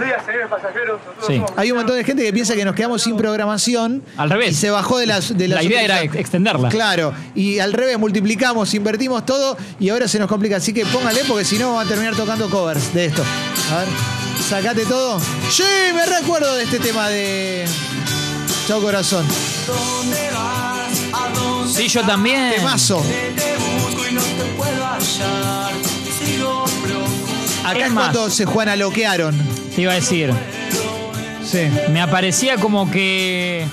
[SPEAKER 2] Sí.
[SPEAKER 1] Hay un montón de gente que piensa que nos quedamos sin programación.
[SPEAKER 2] Al revés.
[SPEAKER 1] Y se bajó de las. De las
[SPEAKER 2] La idea
[SPEAKER 1] otras-
[SPEAKER 2] era ex- extenderla.
[SPEAKER 1] Claro. Y al revés, multiplicamos, invertimos todo y ahora se nos complica. Así que póngale, porque si no, vamos a terminar tocando covers de esto. A ver, sacate todo. Sí, me recuerdo de este tema de. Chao corazón.
[SPEAKER 2] Sí, yo también.
[SPEAKER 1] Temazo. Acá es,
[SPEAKER 2] Es más.
[SPEAKER 1] cuando se Juana loquearon.
[SPEAKER 2] Te iba a decir.
[SPEAKER 1] Sí.
[SPEAKER 2] Me aparecía como que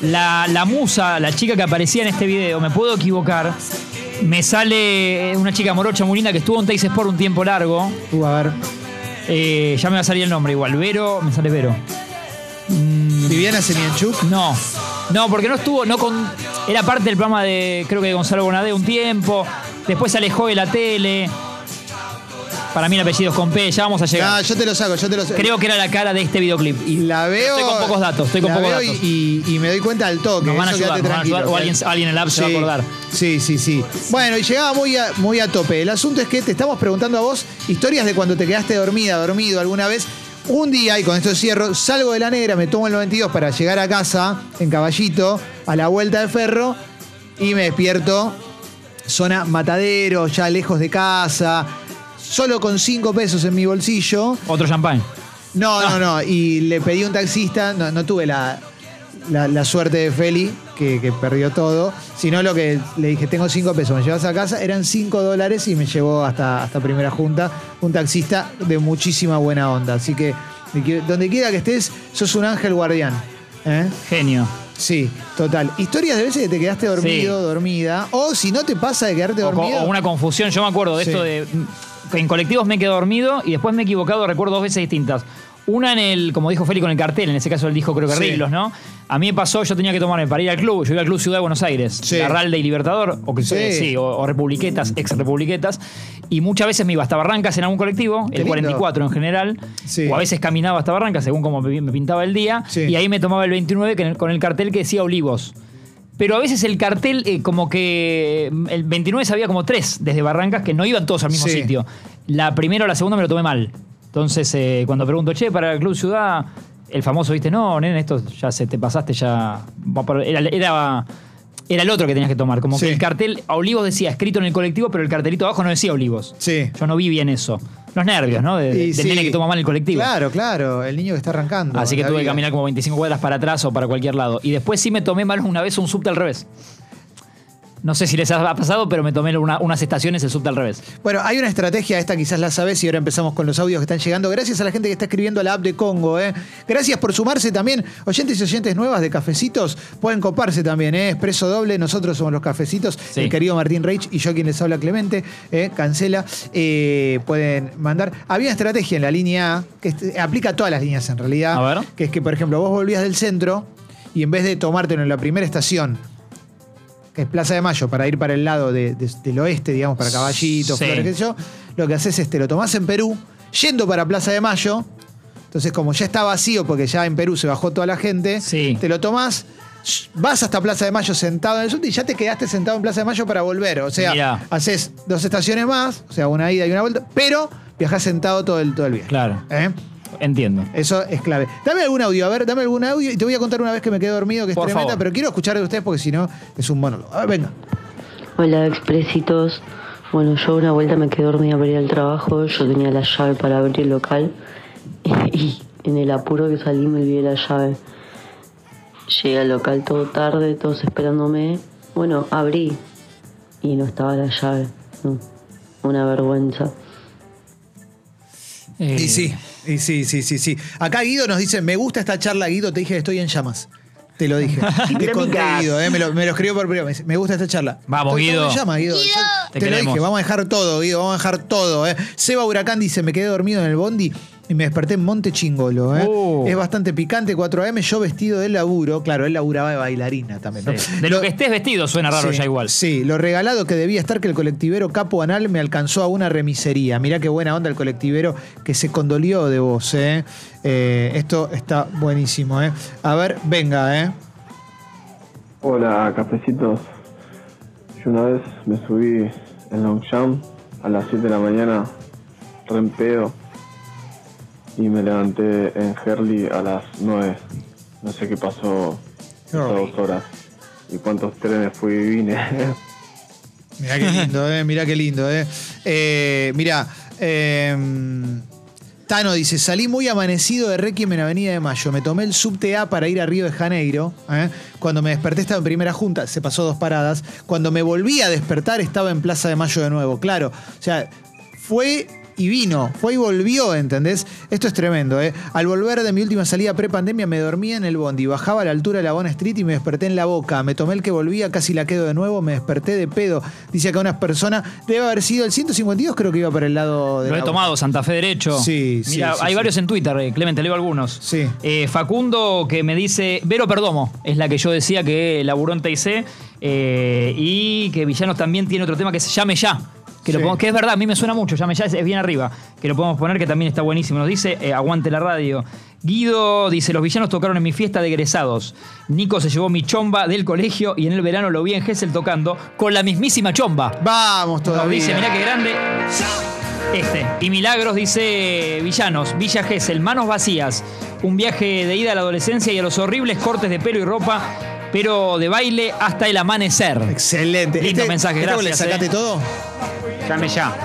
[SPEAKER 2] la, la musa, la chica que aparecía en este video, me puedo equivocar. Me sale eh, una chica morocha muy linda que estuvo en Teis Sport un tiempo largo.
[SPEAKER 1] Uh, a ver.
[SPEAKER 2] Eh, ya me va a salir el nombre igual. Vero, me sale Vero.
[SPEAKER 1] Viviana Semianchuk.
[SPEAKER 2] No, no, porque no estuvo, no con. Era parte del programa de, creo que de Gonzalo Bonadé un tiempo. Después se alejó de la tele. Para mí el apellido es con P, ya vamos a
[SPEAKER 1] Ah,
[SPEAKER 2] llegar.
[SPEAKER 1] yo te lo saco, yo te lo saco.
[SPEAKER 2] Creo que era la cara de este videoclip. Y
[SPEAKER 1] La veo.
[SPEAKER 2] Estoy con pocos datos, estoy con
[SPEAKER 1] la
[SPEAKER 2] pocos
[SPEAKER 1] veo
[SPEAKER 2] datos.
[SPEAKER 1] Y, y- y me doy cuenta del toque.
[SPEAKER 2] Nos van a
[SPEAKER 1] eso quédate
[SPEAKER 2] ayudar, nos van a
[SPEAKER 1] tranquilo,
[SPEAKER 2] ayudar, o alguien-
[SPEAKER 1] quédate.
[SPEAKER 2] alguien en el app se va a acordar.
[SPEAKER 1] Sí, sí, sí. Bueno, y llegaba muy a, muy a tope. El asunto es que te estamos preguntando a vos historias de cuando te quedaste dormida, dormido alguna vez. Un día, y con esto cierro, salgo de la negra, me tomo el 92 para llegar a casa, en caballito, a la vuelta de ferro, y me despierto zona matadero, ya lejos de casa, solo con 5 pesos en mi bolsillo.
[SPEAKER 2] otro champán.
[SPEAKER 1] No,
[SPEAKER 2] Ah.
[SPEAKER 1] no, no. Y le pedí a un taxista, no, no tuve la, la- la suerte de Feli, que, que perdió todo, sino lo que le dije, tengo cinco pesos, me llevas a casa, eran cinco dólares y me llevó hasta, hasta primera junta. Un taxista de muchísima buena onda. Así que de que- donde quiera que estés, sos un ángel guardián. ¿eh?
[SPEAKER 2] Genio.
[SPEAKER 1] Sí, total. Historias de veces que te quedaste dormido,
[SPEAKER 2] Sí.
[SPEAKER 1] dormida. O si no te pasa de quedarte
[SPEAKER 2] O, co-
[SPEAKER 1] dormido.
[SPEAKER 2] o una confusión. Yo me acuerdo de
[SPEAKER 1] Sí.
[SPEAKER 2] esto de. mm, que en colectivos me quedé dormido y después me he equivocado, recuerdo dos veces distintas. Una en el, como dijo Feli, con el cartel, en ese caso él dijo creo que
[SPEAKER 1] Sí.
[SPEAKER 2] Riglos, ¿no? A mí me pasó, yo tenía que tomarme para ir al club, yo iba al club Ciudad de Buenos Aires,
[SPEAKER 1] Sí.
[SPEAKER 2] Garralda y Libertador, o, que-
[SPEAKER 1] Sí.
[SPEAKER 2] eh, sí, o, o Republiquetas, ex Republiquetas, y muchas veces me iba hasta Barrancas en algún colectivo,
[SPEAKER 1] Qué
[SPEAKER 2] el
[SPEAKER 1] lindo.
[SPEAKER 2] 44 en general,
[SPEAKER 1] Sí.
[SPEAKER 2] o a veces caminaba hasta Barrancas según como me me pintaba el día,
[SPEAKER 1] Sí.
[SPEAKER 2] y ahí me tomaba el 29 que en el- con el cartel que decía Olivos. Pero a veces el cartel, eh, como que mm, el 29 sabía como tres desde Barrancas que no iban todos al mismo
[SPEAKER 1] Sí.
[SPEAKER 2] sitio. La primera o la segunda me lo tomé mal. Entonces, eh, cuando pregunto, che, para el Club Ciudad, el famoso, viste, no, nene, esto ya se te pasaste, ya. va por- Era, era, era el otro que tenías que tomar. Como
[SPEAKER 1] Sí.
[SPEAKER 2] que el cartel, a Olivos decía escrito en el colectivo, pero el cartelito abajo no decía Olivos.
[SPEAKER 1] Sí.
[SPEAKER 2] Yo no vi bien eso. Los nervios, ¿no? De, de-
[SPEAKER 1] Y
[SPEAKER 2] del
[SPEAKER 1] sí.
[SPEAKER 2] nene que toma mal el colectivo.
[SPEAKER 1] Claro, claro. El niño que está arrancando.
[SPEAKER 2] Así que
[SPEAKER 1] la
[SPEAKER 2] tuve que
[SPEAKER 1] vida.
[SPEAKER 2] caminar como 25 cuadras para atrás o para cualquier lado. Y después sí me tomé mal una vez un subte al revés. No sé si les ha pasado, pero me tomé una- unas estaciones el subte al revés.
[SPEAKER 1] Bueno, hay una estrategia, esta quizás la sabes y ahora empezamos con los audios que están llegando. Gracias a la gente que está escribiendo a la app de Congo, ¿eh? Gracias por sumarse también. Oyentes y oyentes nuevas de Cafecitos pueden coparse también, ¿eh? Expreso doble, nosotros somos los Cafecitos,
[SPEAKER 2] Sí.
[SPEAKER 1] el querido Martín Reich y yo quien les habla, Clemente, ¿eh? Cancela. Eh, pueden mandar. Había una estrategia en la línea A, que este- aplica a todas las líneas en realidad.
[SPEAKER 2] A ver.
[SPEAKER 1] Que es que, por ejemplo, vos volvías del centro y en vez de tomártelo en la primera estación, que es Plaza de Mayo, para ir para el lado de- de- del oeste, digamos, para Caballitos,
[SPEAKER 2] Sí.
[SPEAKER 1] Flores, qué sé yo, lo que haces es te lo tomás en Perú, yendo para Plaza de Mayo. Entonces, como ya está vacío, porque ya en Perú se bajó toda la gente,
[SPEAKER 2] Sí.
[SPEAKER 1] te lo tomás, sh- vas hasta Plaza de Mayo sentado en el sur y ya te quedaste sentado en Plaza de Mayo para volver. O sea,
[SPEAKER 2] Mirá.
[SPEAKER 1] haces dos estaciones más, o sea, una ida y una vuelta, pero viajás sentado todo el, todo el viaje.
[SPEAKER 2] Claro.
[SPEAKER 1] ¿Eh?
[SPEAKER 2] Entiendo.
[SPEAKER 1] Eso es clave. Dame algún audio, a ver, dame algún audio y te voy a contar una vez que me quedé dormido, que es
[SPEAKER 2] Por
[SPEAKER 1] tremenda,
[SPEAKER 2] favor.
[SPEAKER 1] pero quiero escuchar de ustedes porque si no es un monólogo. A ver, venga.
[SPEAKER 6] Hola, expresitos. Bueno, yo una vuelta me quedé dormida para ir al trabajo. Yo tenía la llave para abrir el local. [LAUGHS] Y en el apuro que salí me olvidé la llave. Llegué al local todo tarde, todos esperándome. Bueno, abrí. Y no estaba la llave. No, Una vergüenza.
[SPEAKER 2] Eh,
[SPEAKER 1] Y sí, y sí, sí, sí, sí. Acá Guido nos dice, me gusta esta charla, Guido, te dije que estoy en llamas. Te lo
[SPEAKER 2] [LAUGHS]
[SPEAKER 1] dije. Te conté, Guido, eh, me, lo, me lo escribió por primera vez. Me gusta esta charla.
[SPEAKER 2] Vamos,
[SPEAKER 1] Estoy todo
[SPEAKER 2] Guido.
[SPEAKER 1] en llamas, Guido. Yo
[SPEAKER 2] Te
[SPEAKER 1] te lo
[SPEAKER 2] queremos.
[SPEAKER 1] dije, vamos a dejar todo, Guido, vamos a dejar todo. eh. Seba Huracán dice, me quedé dormido en el bondi y me desperté en Monte Chingolo. eh.
[SPEAKER 2] Oh.
[SPEAKER 1] Es bastante picante, 4 am, yo vestido de laburo. Claro, él laburaba de bailarina también. ¿no?
[SPEAKER 2] sí. De lo que estés vestido suena raro
[SPEAKER 1] sí,
[SPEAKER 2] ya igual.
[SPEAKER 1] Sí, lo regalado que debía estar que el colectivero Capo Anal me alcanzó a una remisería. Mirá qué buena onda el colectivero que se condolió de vos, ¿eh? Eh, esto está buenísimo, ¿eh? A ver, venga, ¿eh?
[SPEAKER 7] Hola, cafecitos. Yo una vez me subí en Longchamp a las 7 de la mañana, re en pedo, y me levanté en Herley a las 9. No sé qué pasó esas
[SPEAKER 1] Ay.
[SPEAKER 7] dos horas y cuántos trenes fui y vine.
[SPEAKER 1] Mirá qué lindo, ¿eh? Mirá qué lindo, ¿eh? Eh, mirá, eh, Tano dice, salí muy amanecido de Requiem en Avenida de Mayo. Me tomé el subte A para ir a Río de Janeiro. ¿eh? Cuando me desperté estaba en primera junta, se pasó dos paradas. Cuando me volví a despertar estaba en Plaza de Mayo de nuevo, claro. O sea, fue y vino, fue y volvió, ¿entendés? Esto es tremendo, ¿eh? Al volver de mi última salida pre-pandemia me dormía en el bondi, bajaba a la altura de la Bona Street y me desperté en la boca. Me tomé el que volvía, casi la quedo de nuevo, me desperté de pedo. Dice acá una persona, debe haber sido el 152, creo que iba para el lado de
[SPEAKER 2] Lo he
[SPEAKER 1] la
[SPEAKER 2] tomado, Santa Fe Derecho.
[SPEAKER 1] Sí, sí,
[SPEAKER 2] Mira,
[SPEAKER 1] sí,
[SPEAKER 2] hay
[SPEAKER 1] sí.
[SPEAKER 2] varios en Twitter, eh, Clemente, leo algunos.
[SPEAKER 1] Sí.
[SPEAKER 2] Eh, Facundo que me dice, Vero Perdomo, es la que yo decía que laburó en TIC, eh, y que Villanos también tiene otro tema que se llame ya. Que, lo
[SPEAKER 1] Sí.
[SPEAKER 2] podemos- que es verdad, a mí me suena mucho, llame ya, es, es bien arriba, que lo podemos poner, que también está buenísimo. Nos dice, eh, aguante la radio. Guido dice, los villanos tocaron en mi fiesta de egresados. Nico se llevó mi chomba del colegio y en el verano lo vi en Gessel tocando con la mismísima chomba.
[SPEAKER 1] Vamos
[SPEAKER 2] Nos
[SPEAKER 1] todavía.
[SPEAKER 2] dice, mirá qué grande. Este. Y Milagros dice, villanos, Villa Gesell, manos vacías. Un viaje de ida a la adolescencia y a los horribles cortes de pelo y ropa, pero de baile hasta el amanecer.
[SPEAKER 1] Excelente.
[SPEAKER 2] Lindo mensaje,
[SPEAKER 1] ¿este vos
[SPEAKER 2] gracias,
[SPEAKER 1] le sacaste
[SPEAKER 2] eh.
[SPEAKER 1] todo?
[SPEAKER 2] Llame ya.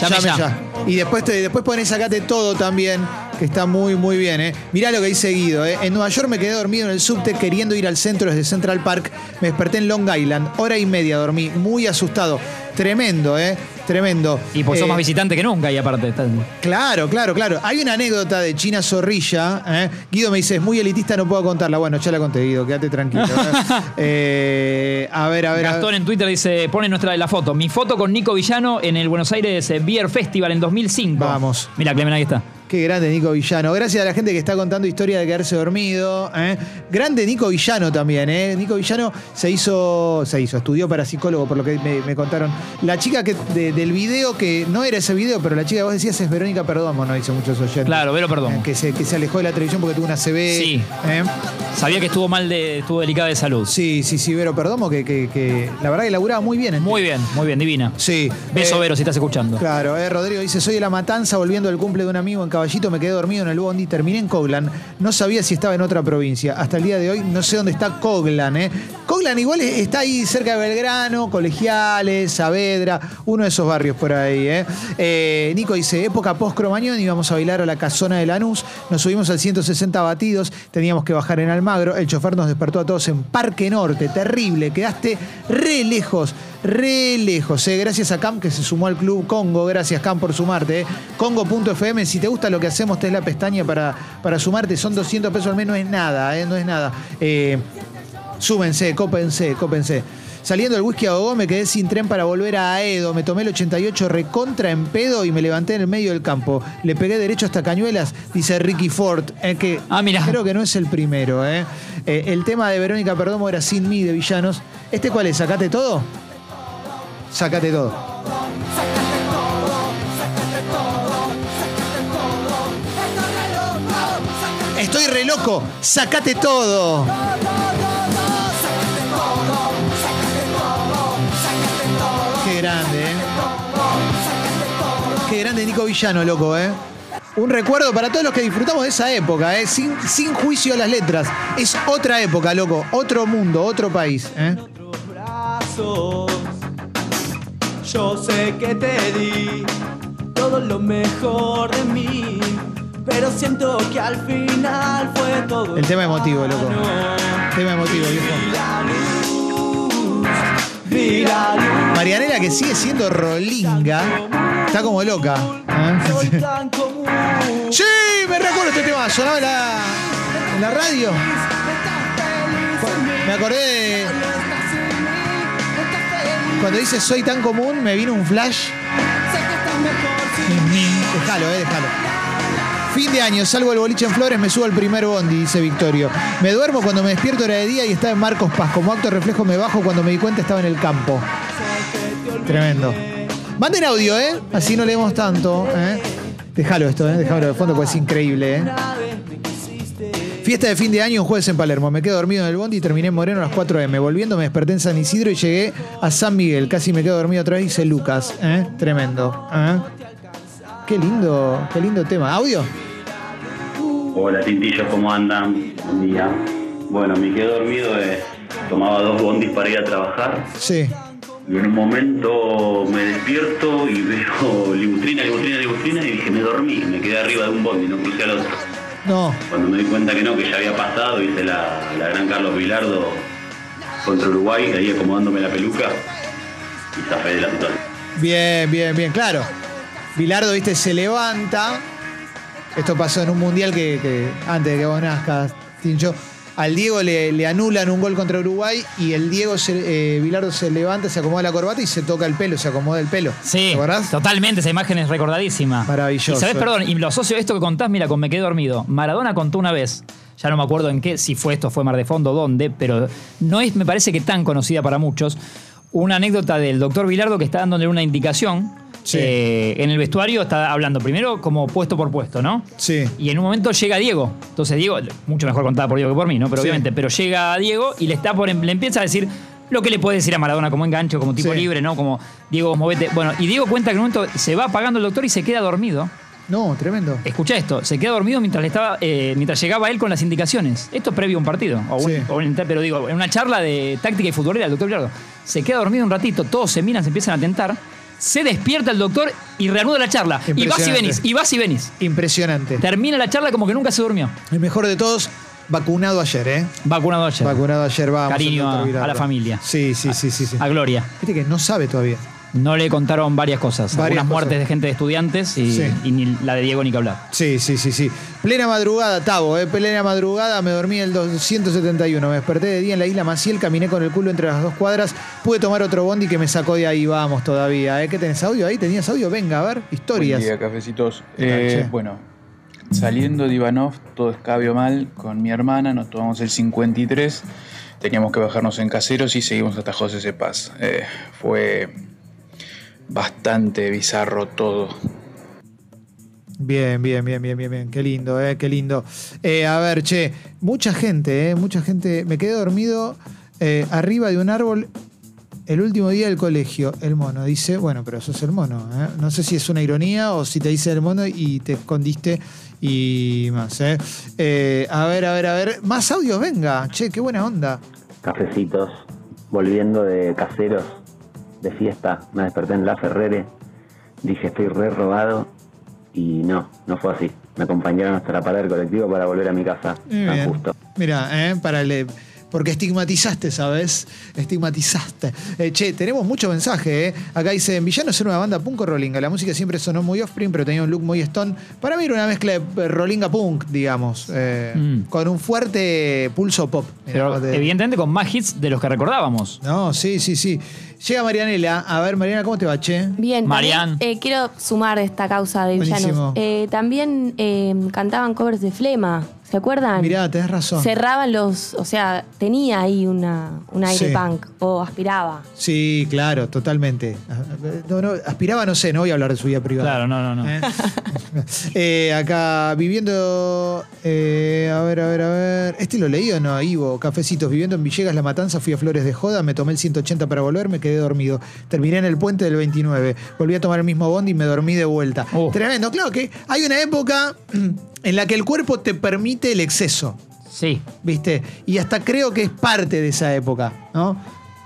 [SPEAKER 2] Llame, ya.
[SPEAKER 1] Y después, te, después ponés Sacate Todo también, que está muy, muy bien. ¿eh? Mirá lo que dice Guido. ¿eh? En Nueva York me quedé dormido en el subte queriendo ir al centro desde Central Park. Me desperté en Long Island. Hora y media dormí, muy asustado. Tremendo, ¿eh? Tremendo.
[SPEAKER 2] Y pues
[SPEAKER 1] Eh,
[SPEAKER 2] sos más visitante que nunca, y aparte. estás-
[SPEAKER 1] Claro, claro, claro. Hay una anécdota de China Zorrilla. ¿eh? Guido me dice, es muy elitista, no puedo contarla. Bueno, ya la conté, Guido, quédate tranquilo.
[SPEAKER 2] [LAUGHS]
[SPEAKER 1] ¿eh? Eh, a ver, a ver. a ver.
[SPEAKER 2] Gastón en Twitter dice, pone nuestra la foto. Mi foto con Nico Villano en el Buenos Aires eh, Beer Festival en 2005.
[SPEAKER 1] Vamos.
[SPEAKER 2] Mira, Clemen, ahí está.
[SPEAKER 1] Qué grande Nico Villano. Gracias a la gente que está contando historia de quedarse dormido. ¿eh? Grande Nico Villano también. ¿eh? Nico Villano se hizo, se hizo, estudió para psicólogo, por lo que me, me contaron. La chica que de- del video, que no era ese video, pero la chica que vos decías es Verónica Perdomo, no dice muchos oyentes.
[SPEAKER 2] Claro, Vero
[SPEAKER 1] Eh,
[SPEAKER 2] Perdomo.
[SPEAKER 1] que, se, que se alejó de la televisión porque tuvo una CB.
[SPEAKER 2] Sí.
[SPEAKER 1] ¿eh?
[SPEAKER 2] Sabía que estuvo mal de, estuvo delicada de salud.
[SPEAKER 1] sí, sí, sí, Vero Perdomo, que, que- que la verdad que laburaba muy bien.
[SPEAKER 2] Muy bien, muy bien, divina.
[SPEAKER 1] Sí.
[SPEAKER 2] Beso,
[SPEAKER 1] Eh,
[SPEAKER 2] Vero, si estás escuchando.
[SPEAKER 1] Claro, eh, Rodrigo dice, soy de La Matanza, volviendo del cumple de un amigo en Caballito, me quedé dormido en el bondi, terminé en Coglan, no sabía si estaba en otra provincia, hasta el día de hoy no sé dónde está Coglan, ¿eh? Coglan igual es- está ahí cerca de Belgrano, Colegiales, Saavedra, uno de esos barrios por ahí, ¿eh? Eh, Nico dice, época post-cromañón, íbamos a bailar a la casona de Lanús, nos subimos al 160 batidos, teníamos que bajar en Almagro, el chofer nos despertó a todos en Parque Norte, terrible, quedaste re lejos re lejos. eh. Gracias a Cam que se sumó al Club Congo. Gracias, Cam, por sumarte. eh. Congo.fm, si te gusta lo que hacemos, te es la pestaña para, para sumarte. Son 200 pesos al menos, no es nada, eh, no es nada. Eh, súmense, cópense, cópense. Saliendo del whisky a Gogó, me quedé sin tren para volver a Aedo. Me tomé el 88 recontra en pedo y me levanté en el medio del campo. Le pegué derecho hasta Cañuelas, dice Ricky Ford. eh, que
[SPEAKER 2] Ah, mirá.
[SPEAKER 1] Creo que no es el primero. eh. Eh, el tema de Verónica Perdomo era Sin mí de Villanos. ¿Este cuál es? ¿Sacate todo? Sácate todo. Estoy re loco, sácate todo. Qué grande, ¿eh? Qué grande de Nico Villano, loco, ¿eh? Un recuerdo para todos los que disfrutamos de esa época, ¿eh? Sin, sin juicio a las letras. Es otra época, loco. Otro mundo, otro país, ¿eh?
[SPEAKER 8] otros brazos. Yo sé que te di todo lo mejor de mí, pero siento que al final fue todo.
[SPEAKER 1] El tema
[SPEAKER 8] en
[SPEAKER 1] emotivo, loco.
[SPEAKER 8] vano.
[SPEAKER 1] Tema emotivo, viejo.
[SPEAKER 8] Vi la luz, vi la luz.
[SPEAKER 1] Marianela que sigue siendo rolinga. Está como loca.
[SPEAKER 8] Soy
[SPEAKER 1] ¿eh? [LAUGHS]
[SPEAKER 8] tan común.
[SPEAKER 1] Sí, me recuerdo este tema. Sonaba en la, en la radio. Me acordé de- Cuando dice soy tan común, me vino un flash. Déjalo, eh, déjalo. Fin de año, salgo al boliche en Flores, me subo al primer bondi, dice Victorio. Me duermo cuando me despierto era de día y estaba en Marcos Paz. Como acto reflejo me bajo cuando me di cuenta estaba en el campo. Tremendo. Manden audio, ¿eh? Así no leemos tanto. ¿eh? Déjalo esto, ¿eh? Déjalo de fondo porque es increíble, ¿eh? Fiesta de fin de año, un jueves en Palermo. Me quedo dormido en el bondi y terminé en Moreno a las 4 m Volviendo me desperté en San Isidro y llegué a San Miguel. Casi me quedo dormido otra vez, dice Lucas. ¿eh? Tremendo. ¿eh? Qué lindo, qué lindo tema. ¿Audio?
[SPEAKER 9] Hola Tintillos, ¿cómo andan? Buen día. Bueno, me quedé dormido, eh, tomaba dos bondis para ir a trabajar
[SPEAKER 1] Sí.
[SPEAKER 9] y en un momento me despierto y veo [LAUGHS] libutrina, libutrina, libutrina y dije, me dormí, me quedé arriba de un bondi, no crucé al otro.
[SPEAKER 1] No.
[SPEAKER 9] Cuando me di cuenta que no, que ya había pasado, hice la, la gran Carlos Vilardo contra Uruguay, ahí acomodándome la peluca y zafé de la situación.
[SPEAKER 1] Bien, bien, bien, claro. Bilardo, viste, se levanta. Esto pasó en un mundial que, que antes de que vos nazcas, Tincho. Al Diego le, le anulan un gol contra Uruguay y el Diego, se, eh, Bilardo se levanta, se acomoda la corbata y se toca el pelo, se acomoda el pelo.
[SPEAKER 2] Sí,
[SPEAKER 1] ¿Te acordás?
[SPEAKER 2] totalmente, esa imagen es recordadísima.
[SPEAKER 1] Maravilloso.
[SPEAKER 2] Y sabes, perdón, y lo asocio a esto que contás, mira, con Me Quedé Dormido. Maradona contó una vez, ya no me acuerdo en qué, si fue esto, fue Mar de Fondo, dónde, pero no es, me parece que tan conocida para muchos, una anécdota del doctor Vilardo que está dándole una indicación.
[SPEAKER 1] Sí.
[SPEAKER 2] eh, en el vestuario está hablando primero como puesto por puesto, ¿no?
[SPEAKER 1] Sí.
[SPEAKER 2] Y en un momento llega Diego. Entonces Diego, mucho mejor contada por Diego que por mí, ¿no? Pero
[SPEAKER 1] Sí.
[SPEAKER 2] obviamente, pero llega Diego y le está por, em-, le empieza a decir lo que le puede decir a Maradona como enganche, como tipo
[SPEAKER 1] Sí.
[SPEAKER 2] libre, ¿no? Como Diego, vos movete. Bueno, y Diego cuenta que en un momento se va apagando el doctor y se queda dormido.
[SPEAKER 1] No, tremendo.
[SPEAKER 2] Escucha esto, se queda dormido mientras le estaba, eh, mientras llegaba él con las indicaciones. Esto es previo a un partido, o un-
[SPEAKER 1] Sí.
[SPEAKER 2] o un- pero digo, en una charla de táctica y futbolera, el doctor Bilardo. Se queda dormido un ratito, todos se miran, se empiezan a tentar. Se despierta el doctor y reanuda la charla. Y vas y
[SPEAKER 1] Impresionante.
[SPEAKER 2] venís, y vas y venís.
[SPEAKER 1] Impresionante.
[SPEAKER 2] Termina la charla como que nunca se durmió.
[SPEAKER 1] El mejor de todos, vacunado ayer, ¿eh?
[SPEAKER 2] Vacunado ayer.
[SPEAKER 1] Vacunado ayer, vamos.
[SPEAKER 2] Cariño
[SPEAKER 1] doctor
[SPEAKER 2] a- a
[SPEAKER 1] Bilardo.
[SPEAKER 2] la familia.
[SPEAKER 1] Sí, sí, sí, sí. sí.
[SPEAKER 2] A Gloria.
[SPEAKER 1] Viste que no sabe todavía.
[SPEAKER 2] No le contaron varias cosas.
[SPEAKER 1] Varias
[SPEAKER 2] Algunas
[SPEAKER 1] cosas.
[SPEAKER 2] muertes de gente de estudiantes y,
[SPEAKER 1] Sí.
[SPEAKER 2] y ni la de Diego ni que hablar.
[SPEAKER 1] Sí, sí, sí, sí. Plena madrugada, Tavo, eh, plena madrugada, me dormí el 271, me desperté de día en la isla Maciel, caminé con el culo entre las dos cuadras, pude tomar otro bondi que me sacó de ahí, vamos todavía. Eh. ¿Qué tenés audio ahí? ¿Tenías audio? Venga, a ver,
[SPEAKER 10] Buen
[SPEAKER 1] historias.
[SPEAKER 10] día, cafecitos.
[SPEAKER 1] ¿Qué tal,
[SPEAKER 10] Eh,
[SPEAKER 1] che?
[SPEAKER 10] bueno, saliendo de Ivanov, todo escabio mal, con mi hermana, nos tomamos el 53, teníamos que bajarnos en caseros y seguimos hasta José Cepaz. [LAUGHS] Eh, fue bastante bizarro todo.
[SPEAKER 1] Bien, bien, bien, bien, bien, bien. Qué lindo, eh, qué lindo. Eh, a ver, che, mucha gente, eh, mucha gente. Me quedé dormido eh, arriba de un árbol el último día del colegio. El mono dice, bueno, pero sos el mono. eh. No sé si es una ironía o si te dice el mono y te escondiste y más. eh. Eh, a ver, a ver, a ver. Más audios, venga. Che, qué buena onda.
[SPEAKER 11] Cafecitos, volviendo de caseros, de fiesta, me desperté en La Ferrere, dije estoy re robado y no, no fue así. Me acompañaron hasta la parada del colectivo para volver a mi casa,
[SPEAKER 1] Muy
[SPEAKER 11] tan
[SPEAKER 12] Ah,
[SPEAKER 1] bien.
[SPEAKER 11] justo.
[SPEAKER 1] Mira, eh, para el- porque estigmatizaste, ¿sabes? Estigmatizaste. Eh, che, tenemos mucho mensaje, ¿eh? Acá dice, en Villanos era una banda punk o rolinga. La música siempre sonó muy offspring, pero tenía un look muy stone. Para mí era una mezcla de eh, rolinga punk, digamos. eh,
[SPEAKER 2] Mm.
[SPEAKER 1] Con un fuerte pulso pop. Mirá,
[SPEAKER 2] Pero
[SPEAKER 1] vos te-
[SPEAKER 2] evidentemente con más hits de los que recordábamos.
[SPEAKER 1] No, sí, sí, sí. Llega Marianela. A ver, Mariana, ¿cómo te va, che?
[SPEAKER 5] Bien,
[SPEAKER 2] Marian.
[SPEAKER 5] también, eh, quiero sumar esta causa de
[SPEAKER 1] Buenísimo.
[SPEAKER 5] villanos. Eh, también eh, cantaban covers de Flema. ¿Se ¿Se acuerdan?
[SPEAKER 1] Mirá, tenés razón.
[SPEAKER 5] Cerraban los, o sea, tenía ahí una, un aire
[SPEAKER 1] Sí.
[SPEAKER 5] punk, o aspiraba.
[SPEAKER 1] Sí, claro, totalmente. Ah, eh, No, no, aspiraba, no sé, no voy a hablar de su vida privada.
[SPEAKER 2] Claro, no, no, no.
[SPEAKER 1] [LAUGHS] Eh, acá, viviendo. eh, a ver, a ver, a ver. ¿Este lo leí o no? Ivo, cafecitos. Viviendo en Villegas, La Matanza, fui a Flores de Joda, me tomé el 180 para volver, me quedé dormido. Terminé en el puente del 29. Volví a tomar el mismo bondi y me dormí de vuelta.
[SPEAKER 2] Oh.
[SPEAKER 1] Tremendo. Claro que hay una época [CLEARS THROAT] en la que el cuerpo te permite el exceso.
[SPEAKER 2] Sí.
[SPEAKER 1] ¿Viste? Y hasta creo que es parte de esa época, ¿no?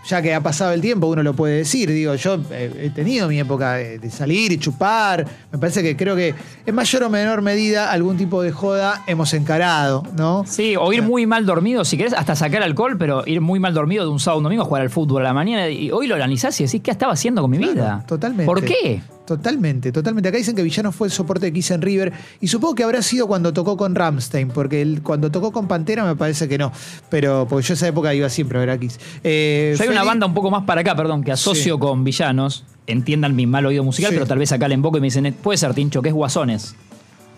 [SPEAKER 1] Ya que ha pasado el tiempo, uno lo puede decir. Digo, yo eh, he tenido mi época eh, de, de salir y chupar. Me parece que creo que en mayor o menor medida algún tipo de joda hemos encarado, ¿no?
[SPEAKER 2] Sí,
[SPEAKER 1] Eh.
[SPEAKER 2] o ir muy mal dormido, si querés, hasta sacar alcohol, pero ir muy mal dormido de un sábado a un domingo a jugar al fútbol a la mañana. Y hoy lo analizás y decís, ¿qué estaba haciendo con mi vida?
[SPEAKER 1] Totalmente. Eh,
[SPEAKER 2] ¿Por qué?
[SPEAKER 1] Totalmente, totalmente. Acá dicen que Villano fue el soporte de Kiss en River y supongo que habrá sido cuando tocó con Ramstein, porque él- cuando tocó con Pantera me parece que no. Pero porque yo esa época iba siempre a ver a Kiss. Eh,
[SPEAKER 2] Yo hay una
[SPEAKER 1] Feli-
[SPEAKER 2] banda un poco más para acá, perdón, que asocio con villanos. Entiendan mi mal oído musical,
[SPEAKER 1] Sí.
[SPEAKER 2] pero tal vez acá le invoco y me dicen, "Eh, puede ser, Tincho, que es Guasones.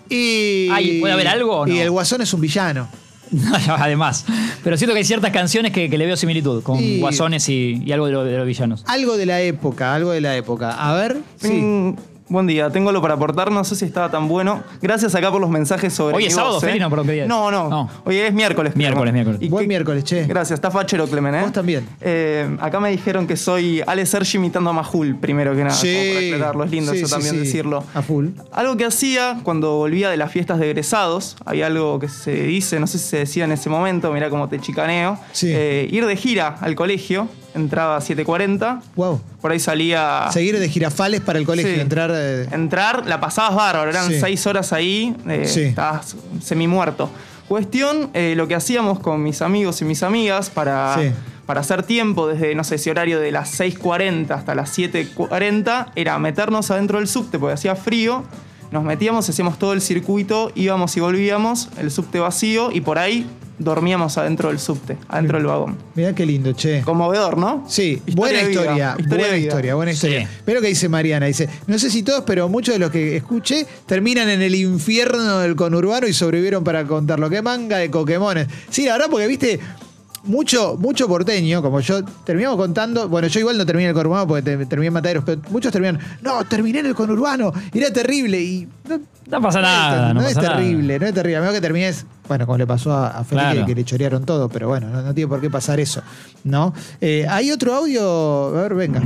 [SPEAKER 1] Y,
[SPEAKER 2] Ay, ¿puede haber algo o no?
[SPEAKER 1] Y el Guasón es un villano.
[SPEAKER 2] No, [LAUGHS] Además. Pero siento que hay ciertas canciones que, que le veo similitud con
[SPEAKER 1] Y-
[SPEAKER 2] Guasones y, y algo de, lo- de los villanos.
[SPEAKER 1] Algo de la época, algo de la época. A ver, sí.
[SPEAKER 4] Mm, buen día, tengo lo para aportar, no sé si estaba tan bueno. Gracias acá por los mensajes sobre.
[SPEAKER 2] Hoy es
[SPEAKER 4] mi
[SPEAKER 2] sábado,
[SPEAKER 4] voz, ¿eh?
[SPEAKER 2] Feli, no, perdón, ¿qué día es?
[SPEAKER 4] No, no.
[SPEAKER 2] No.
[SPEAKER 4] Hoy es miércoles.
[SPEAKER 2] Miércoles, miércoles.
[SPEAKER 4] Y
[SPEAKER 1] Buen
[SPEAKER 4] qué-
[SPEAKER 1] miércoles, che.
[SPEAKER 4] Gracias, está fachero, Clemen, ¿eh?
[SPEAKER 1] Vos también.
[SPEAKER 4] Eh, acá me dijeron que soy Ale Sergi imitando a Majul, primero que nada.
[SPEAKER 1] Sí.
[SPEAKER 4] como para aclararlo, es lindo
[SPEAKER 1] Sí,
[SPEAKER 4] eso
[SPEAKER 1] sí,
[SPEAKER 4] también
[SPEAKER 1] sí. Ah.
[SPEAKER 4] decirlo.
[SPEAKER 1] A full.
[SPEAKER 4] Algo que hacía cuando volvía de las fiestas de egresados, había algo que se dice, no sé si se decía en ese momento, mirá cómo te chicaneo.
[SPEAKER 1] Sí.
[SPEAKER 4] Eh, ir de gira al colegio, entraba a 7.40,
[SPEAKER 1] Wow.
[SPEAKER 4] por ahí salía...
[SPEAKER 1] Seguir de girafales para el colegio,
[SPEAKER 4] Ah. Sí.
[SPEAKER 1] entrar. eh,
[SPEAKER 4] Entrar, la pasabas bárbaro, eran
[SPEAKER 1] Sí.
[SPEAKER 4] seis horas ahí, eh,
[SPEAKER 1] Sí.
[SPEAKER 4] estabas semi-muerto. Cuestión, eh, lo que hacíamos con mis amigos y mis amigas para,
[SPEAKER 1] Sí.
[SPEAKER 4] para hacer tiempo, desde, no sé, ese horario de las 6.40 hasta las 7.40, era meternos adentro del subte, porque hacía frío, nos metíamos, hacíamos todo el circuito, íbamos y volvíamos, el subte vacío, y por ahí dormíamos adentro del subte, adentro del vagón.
[SPEAKER 1] Mirá qué lindo, che.
[SPEAKER 4] Conmovedor, ¿no?
[SPEAKER 1] Sí,
[SPEAKER 4] Historia
[SPEAKER 1] buena
[SPEAKER 4] de vida,
[SPEAKER 1] historia,
[SPEAKER 4] historia de
[SPEAKER 1] buena
[SPEAKER 4] vida.
[SPEAKER 1] historia, buena historia.
[SPEAKER 2] Sí.
[SPEAKER 1] Pero que dice Mariana, dice, no sé si todos, pero muchos de los que escuché terminan en el infierno del conurbano y sobrevivieron para contarlo. Qué manga de coquemones. Sí, la verdad, porque viste, mucho, mucho porteño, como yo, terminamos contando, bueno, yo igual no terminé en el conurbano porque te- terminé en Mataderos, pero muchos terminan, no, terminé en el conurbano, y era terrible, y no,
[SPEAKER 2] No pasa nada.
[SPEAKER 1] no,
[SPEAKER 2] No,
[SPEAKER 1] es
[SPEAKER 2] pasa nada.
[SPEAKER 1] terrible, no es terrible. A menos que termines, bueno, como le pasó a, a Felipe,
[SPEAKER 2] Claro.
[SPEAKER 1] que le chorearon todo, pero bueno, no, no tiene por qué pasar eso, ¿no? Eh, Hay otro audio, a ver, venga.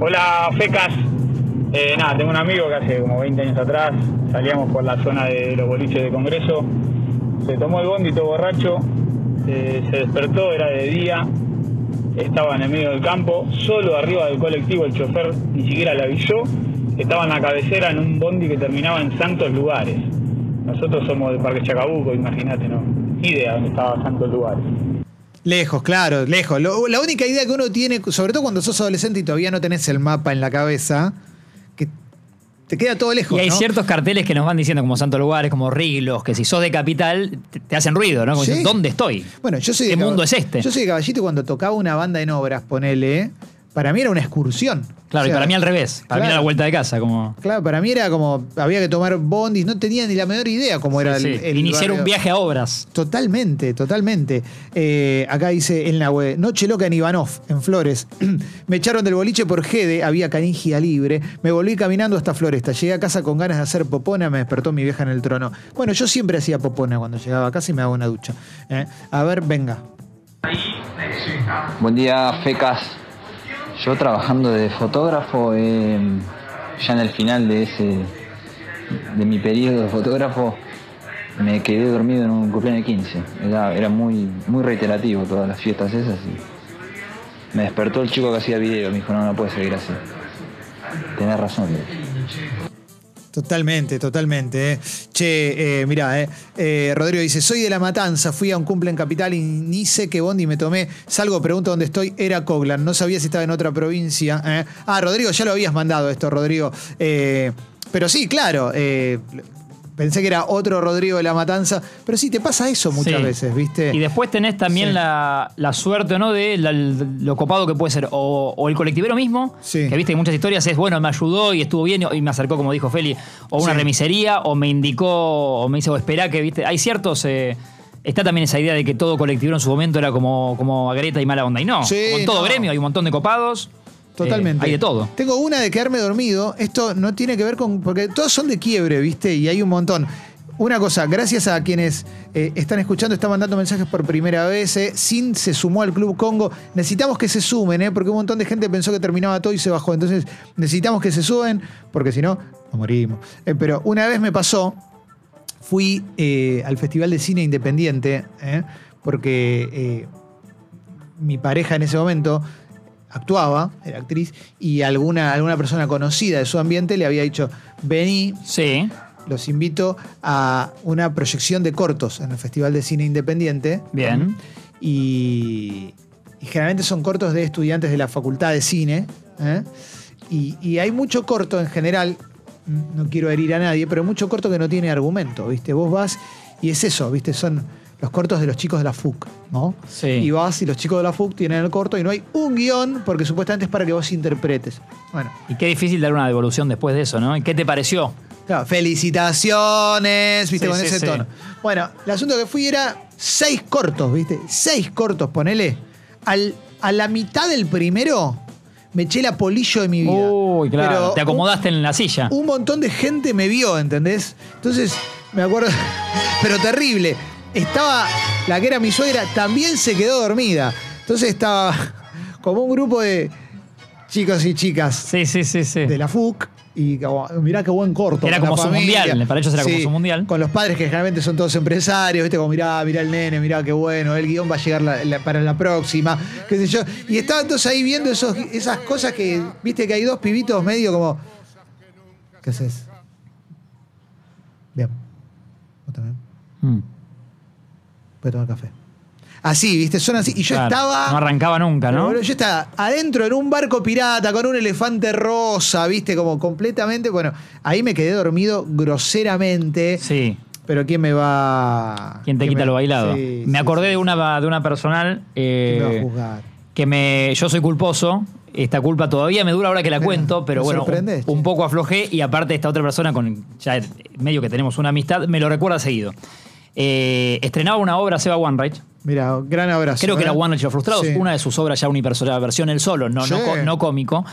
[SPEAKER 13] Hola, fecas. Eh, nada, tengo un amigo que hace como 20 años atrás salíamos por la zona de los boliches de Congreso. Se tomó el bondi todo borracho, eh, se despertó, era de día, estaba en el medio del campo, solo arriba del colectivo el chofer ni siquiera le avisó, estaba en la cabecera en un bondi que terminaba en Santos Lugares. Nosotros somos del Parque Chacabuco, imagínate, ¿no? Ni Idea dónde estaba Santos Lugares.
[SPEAKER 1] Lejos, claro, lejos. Lo- la única idea que uno tiene, sobre todo cuando sos adolescente y todavía no tenés el mapa en la cabeza, que te queda todo lejos.
[SPEAKER 2] Y hay
[SPEAKER 1] ¿no?
[SPEAKER 2] ciertos carteles que nos van diciendo, como Santos Lugares, como Riglos, que si sos de capital, te, te hacen ruido, ¿no? Como
[SPEAKER 1] Sí.
[SPEAKER 2] dicen, ¿dónde estoy?
[SPEAKER 1] Bueno, yo soy de
[SPEAKER 2] ¿Qué
[SPEAKER 1] Cab-
[SPEAKER 2] mundo es este?
[SPEAKER 1] Yo soy de caballito y cuando tocaba una banda en obras, ponele, para mí era una excursión. O
[SPEAKER 2] Claro,
[SPEAKER 1] sea,
[SPEAKER 2] y para mí al revés. Para mí
[SPEAKER 1] claro.
[SPEAKER 2] a la vuelta de casa, como.
[SPEAKER 1] Claro, para mí era como, había que tomar bondis, no tenía ni la menor idea cómo era
[SPEAKER 2] Sí,
[SPEAKER 1] el,
[SPEAKER 2] sí.
[SPEAKER 1] el
[SPEAKER 2] Iniciar
[SPEAKER 1] barrio.
[SPEAKER 2] un viaje a obras.
[SPEAKER 1] Totalmente, totalmente. Eh, acá dice en la web, Noche loca en Ivanov, en Flores. [CLEARS THROAT] me echaron del boliche por Gede, había canigia libre. Me volví caminando hasta Floresta. Llegué a casa con ganas de hacer popona, me despertó mi vieja en el trono. Bueno, yo siempre hacía popona cuando llegaba a casa y me daba una ducha. Eh, A ver, venga.
[SPEAKER 14] Buen día, fecas. Yo trabajando de fotógrafo, eh, ya en el final de ese de mi periodo de fotógrafo, me quedé dormido en un cumpleaños de 15. Era, era muy, muy reiterativo todas las fiestas esas. y me despertó el chico que hacía video, me dijo, no, no puede seguir así. Tenés razón. le dije.
[SPEAKER 1] Totalmente, totalmente. eh. Che, eh, mirá, eh. Eh, Rodrigo dice, soy de La Matanza, fui a un cumple en Capital y ni sé qué bondi me tomé. Salgo, pregunto dónde estoy, era Coglan, no sabía si estaba en otra provincia. eh. Ah, Rodrigo, ya lo habías mandado esto, Rodrigo. Eh, pero sí, claro, eh, pensé que era otro Rodrigo de La Matanza, pero sí, te pasa eso muchas
[SPEAKER 2] Sí.
[SPEAKER 1] veces, ¿viste?
[SPEAKER 2] Y después tenés también
[SPEAKER 1] Sí.
[SPEAKER 2] la, la suerte o no de la- lo copado que puede ser. O, o el colectivero mismo,
[SPEAKER 1] Sí.
[SPEAKER 2] que viste que muchas historias es, bueno, me ayudó y estuvo bien y me acercó, como dijo Feli, o una
[SPEAKER 1] Sí.
[SPEAKER 2] "Oh, remisería, o me indicó, o me dice, o esperá que, viste, hay ciertos... eh, está también esa idea de que todo colectivo en su momento era como, como agreta y mala onda. Y no,
[SPEAKER 1] Sí,
[SPEAKER 2] como en todo
[SPEAKER 1] no.
[SPEAKER 2] gremio hay un montón de copados.
[SPEAKER 1] Totalmente.
[SPEAKER 2] eh, hay de todo.
[SPEAKER 1] Tengo una de quedarme dormido. Esto no tiene que ver con. Porque todos son de quiebre, ¿viste? Y hay un montón. Una cosa, gracias a quienes eh, están escuchando, están mandando mensajes por primera vez. eh. Sin se sumó al Club Congo. Necesitamos que se sumen, eh, porque un montón de gente pensó que terminaba todo y se bajó. Entonces, necesitamos que se suben, porque si no, nos morimos. Eh, pero una vez me pasó, fui eh, al Festival de Cine Independiente, eh, porque eh, mi pareja en ese momento actuaba, era actriz, y alguna, alguna persona conocida de su ambiente le había dicho, vení, los invito a una proyección de cortos en el Festival de Cine Independiente.
[SPEAKER 2] Bien.
[SPEAKER 1] Y, y generalmente son cortos de estudiantes de la Facultad de Cine. ¿eh? Y, y hay mucho corto en general, mm, no quiero herir a nadie, pero mucho corto que no tiene argumento, ¿viste? Vos vas y es eso, ¿viste? Son los cortos de los chicos de la FUC, ¿no?
[SPEAKER 2] Sí.
[SPEAKER 1] Y vas y los chicos de la FUC tienen el corto y no hay un guión porque supuestamente es para que vos interpretes. Bueno.
[SPEAKER 2] Y qué difícil dar una devolución después de eso, ¿no? ¿Y ¿Qué te pareció?
[SPEAKER 1] Claro, felicitaciones, viste,
[SPEAKER 2] Sí,
[SPEAKER 1] con
[SPEAKER 2] sí,
[SPEAKER 1] ese
[SPEAKER 2] sí.
[SPEAKER 1] tono. Bueno, el asunto que fui era seis cortos, viste, seis cortos, ponele. Al, a la mitad del primero me eché la polillo de mi vida.
[SPEAKER 2] Uy, claro.
[SPEAKER 1] Pero
[SPEAKER 2] te acomodaste en la silla.
[SPEAKER 1] un montón de gente me vio, ¿entendés? Entonces, me acuerdo, [LAUGHS] pero terrible. Estaba la que era mi suegra, también se quedó dormida. Entonces estaba [LAUGHS] como un grupo de chicos y chicas de la FUC. Y como, mirá qué buen corto.
[SPEAKER 2] Era
[SPEAKER 1] con la
[SPEAKER 2] como su
[SPEAKER 1] familia.
[SPEAKER 2] mundial, para ellos era como su
[SPEAKER 1] mundial. Con los padres que generalmente son todos empresarios, ¿viste? Como mirá, mirá el nene, mirá qué bueno, el guión va a llegar la- la- para la próxima, qué sé yo. Y estaba entonces ahí viendo esos, esas cosas que, viste, que hay dos pibitos medio como, ¿Qué haces? Bien. ¿Vos también?
[SPEAKER 2] Mm,
[SPEAKER 1] Voy a tomar café. Así, ¿viste? Son así. Y yo
[SPEAKER 2] Claro,
[SPEAKER 1] estaba.
[SPEAKER 2] No arrancaba nunca,
[SPEAKER 1] Pero,
[SPEAKER 2] ¿no?
[SPEAKER 1] boludo, Yo estaba adentro en un barco pirata con un elefante rosa, ¿viste? Como completamente. Bueno, ahí me quedé dormido groseramente.
[SPEAKER 2] Sí.
[SPEAKER 1] Pero ¿quién me va.
[SPEAKER 2] ¿Quién te quita
[SPEAKER 1] me-
[SPEAKER 2] lo bailado?
[SPEAKER 1] Sí,
[SPEAKER 2] me acordé de una de una personal eh,
[SPEAKER 1] ¿quién me va a juzgar?
[SPEAKER 2] que me yo soy culposo. Esta culpa todavía me dura ahora que la cuento, pero
[SPEAKER 1] me
[SPEAKER 2] bueno, un,
[SPEAKER 1] sorprendés,
[SPEAKER 2] un poco aflojé y aparte esta otra persona con ya medio que tenemos una amistad me lo recuerda seguido. Eh, estrenaba una obra Seba Wanreich.
[SPEAKER 1] Mira, gran abrazo.
[SPEAKER 2] Creo que
[SPEAKER 1] ¿eh?
[SPEAKER 2] era One Night Los Frustrados,
[SPEAKER 1] Sí.
[SPEAKER 2] una de sus obras ya unipersonal, versión él solo, no, no,
[SPEAKER 1] Sí.
[SPEAKER 2] co- no cómico.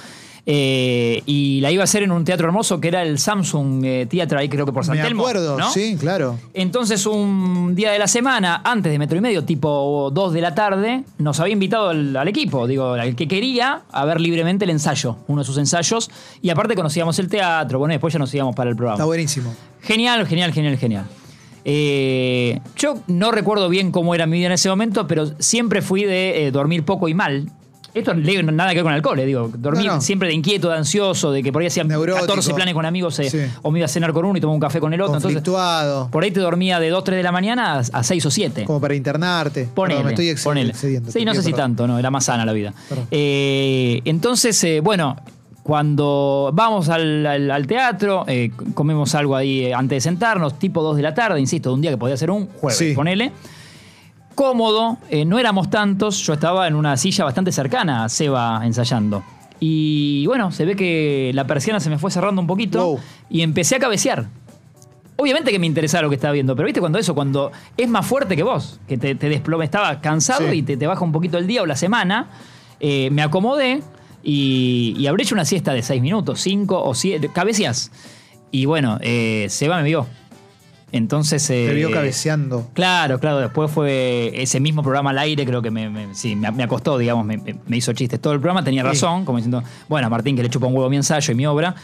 [SPEAKER 2] Eh, y la iba a hacer en un teatro hermoso que era el Samsung eh, Theatre, ahí creo que por San
[SPEAKER 1] Me
[SPEAKER 2] Telmo,
[SPEAKER 1] acuerdo,
[SPEAKER 2] ¿no?
[SPEAKER 1] sí, claro.
[SPEAKER 2] Entonces, un día de la semana, antes de metro y medio, tipo 2 de la tarde, nos había invitado al, al equipo, digo, al que quería, a ver libremente el ensayo, uno de sus ensayos. Y aparte conocíamos el teatro, bueno, después ya nos íbamos para el programa.
[SPEAKER 1] Está buenísimo.
[SPEAKER 2] Genial, genial, genial, genial. Eh, yo no recuerdo bien cómo era mi vida en ese momento, pero siempre fui de eh, dormir poco y mal. Esto no tiene nada que ver con el alcohol, eh, digo. Dormir
[SPEAKER 1] No, no.
[SPEAKER 2] siempre de inquieto, de ansioso, de que por ahí hacían
[SPEAKER 1] Neurótico.
[SPEAKER 2] 14 planes con amigos eh,
[SPEAKER 1] Sí.
[SPEAKER 2] o me iba a cenar con uno y tomaba un café con el otro. Entonces,
[SPEAKER 1] Conflictuado.
[SPEAKER 2] por ahí te dormía de 2, 3 de la mañana a, a 6 o 7.
[SPEAKER 1] Como para internarte.
[SPEAKER 2] Ponele,
[SPEAKER 1] Perdón, me estoy exced-
[SPEAKER 2] ponele.
[SPEAKER 1] excediendo.
[SPEAKER 2] Sí,
[SPEAKER 1] te
[SPEAKER 2] no sé
[SPEAKER 1] pido
[SPEAKER 2] si
[SPEAKER 1] perdón.
[SPEAKER 2] tanto, no, era más sana la vida. Eh, entonces, eh, bueno, cuando vamos al, al- al teatro, eh, comemos algo ahí eh, antes de sentarnos, tipo 2 de la tarde, insisto, de un día que podía ser un jueves, ponele. Cómodo, eh, no éramos tantos, yo estaba en una silla bastante cercana a Seba ensayando. Y bueno, se ve que la persiana se me fue cerrando un poquito y empecé a cabecear. Obviamente que me interesaba lo que estaba viendo, pero viste cuando eso, cuando es más fuerte que vos, que te, te desplome, estaba cansado y te, te baja un poquito el día o la semana, eh, me acomodé y, y habré hecho una siesta de 6 minutos, 5 o 7, cabeceas. Y bueno, eh, Seba me vio. Entonces.
[SPEAKER 1] Te
[SPEAKER 2] eh,
[SPEAKER 1] vio cabeceando.
[SPEAKER 2] Claro, claro. Después fue ese mismo programa al aire, creo que me, me- sí, me, me acostó, digamos, me, me- me hizo chistes. Todo el programa tenía
[SPEAKER 1] Sí.
[SPEAKER 2] razón, como diciendo, bueno, Martín, que le chupa un huevo mi ensayo y mi obra.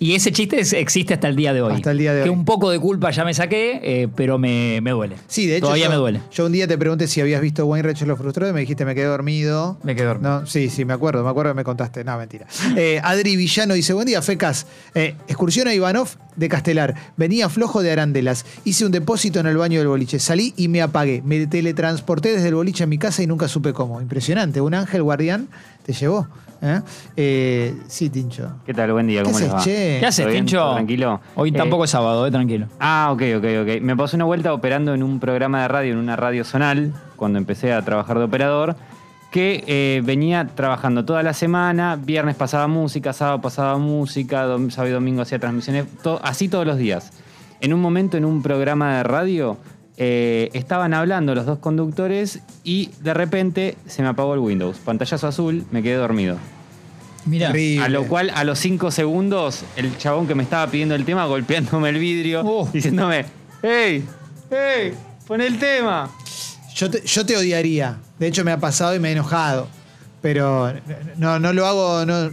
[SPEAKER 2] Y ese chiste es- existe hasta el día de hoy.
[SPEAKER 1] Hasta el día de
[SPEAKER 2] Que
[SPEAKER 1] hoy.
[SPEAKER 2] un poco de culpa ya me saqué, eh, pero me, me duele.
[SPEAKER 1] Sí, de hecho.
[SPEAKER 2] Todavía
[SPEAKER 1] yo,
[SPEAKER 2] me duele.
[SPEAKER 1] Yo un día te pregunté si habías visto Wayne Rachel lo frustró y me dijiste me quedé dormido.
[SPEAKER 2] Me quedé dormido.
[SPEAKER 1] No, sí, sí, me acuerdo, me acuerdo que me contaste. No, mentira. Eh, Adri Villano dice: Buen día, Fecas. Eh, excursión a Ivanov de Castelar. Venía flojo de arandelas. Hice un depósito en el baño del boliche. Salí y me apagué. Me teletransporté desde el boliche a mi casa y nunca supe cómo. Impresionante. Un ángel guardián te llevó. ¿eh? Eh, sí, Tincho.
[SPEAKER 15] ¿Qué tal? Buen día,
[SPEAKER 1] ¿Qué
[SPEAKER 15] ¿cómo les
[SPEAKER 1] haces,
[SPEAKER 15] va?
[SPEAKER 1] che? ¿Qué haces,
[SPEAKER 15] ¿Todo bien?
[SPEAKER 1] Tincho?
[SPEAKER 15] ¿Todo Tranquilo.
[SPEAKER 2] Hoy tampoco es sábado, eh, tranquilo.
[SPEAKER 15] Ah, ok, ok, ok. Me pasé una vuelta operando en un programa de radio, en una radio zonal, cuando empecé a trabajar de operador, que eh, venía trabajando toda la semana, viernes pasaba música, sábado pasaba música, dom- sábado y domingo hacía transmisiones, to- así todos los días. En un momento en un programa de radio
[SPEAKER 3] Eh, estaban hablando los dos conductores y de repente se me apagó el Windows. Pantallazo azul, me quedé dormido.
[SPEAKER 2] Mira,
[SPEAKER 3] A lo cual, a los 5 segundos, el chabón que me estaba pidiendo
[SPEAKER 15] [LAUGHS]
[SPEAKER 3] el tema golpeándome el vidrio, diciéndome: ¡Hey! ¡Hey! ¡Pon el tema!
[SPEAKER 1] Yo te, yo te odiaría. De hecho, me ha pasado y me he enojado. Pero no, no lo hago. No,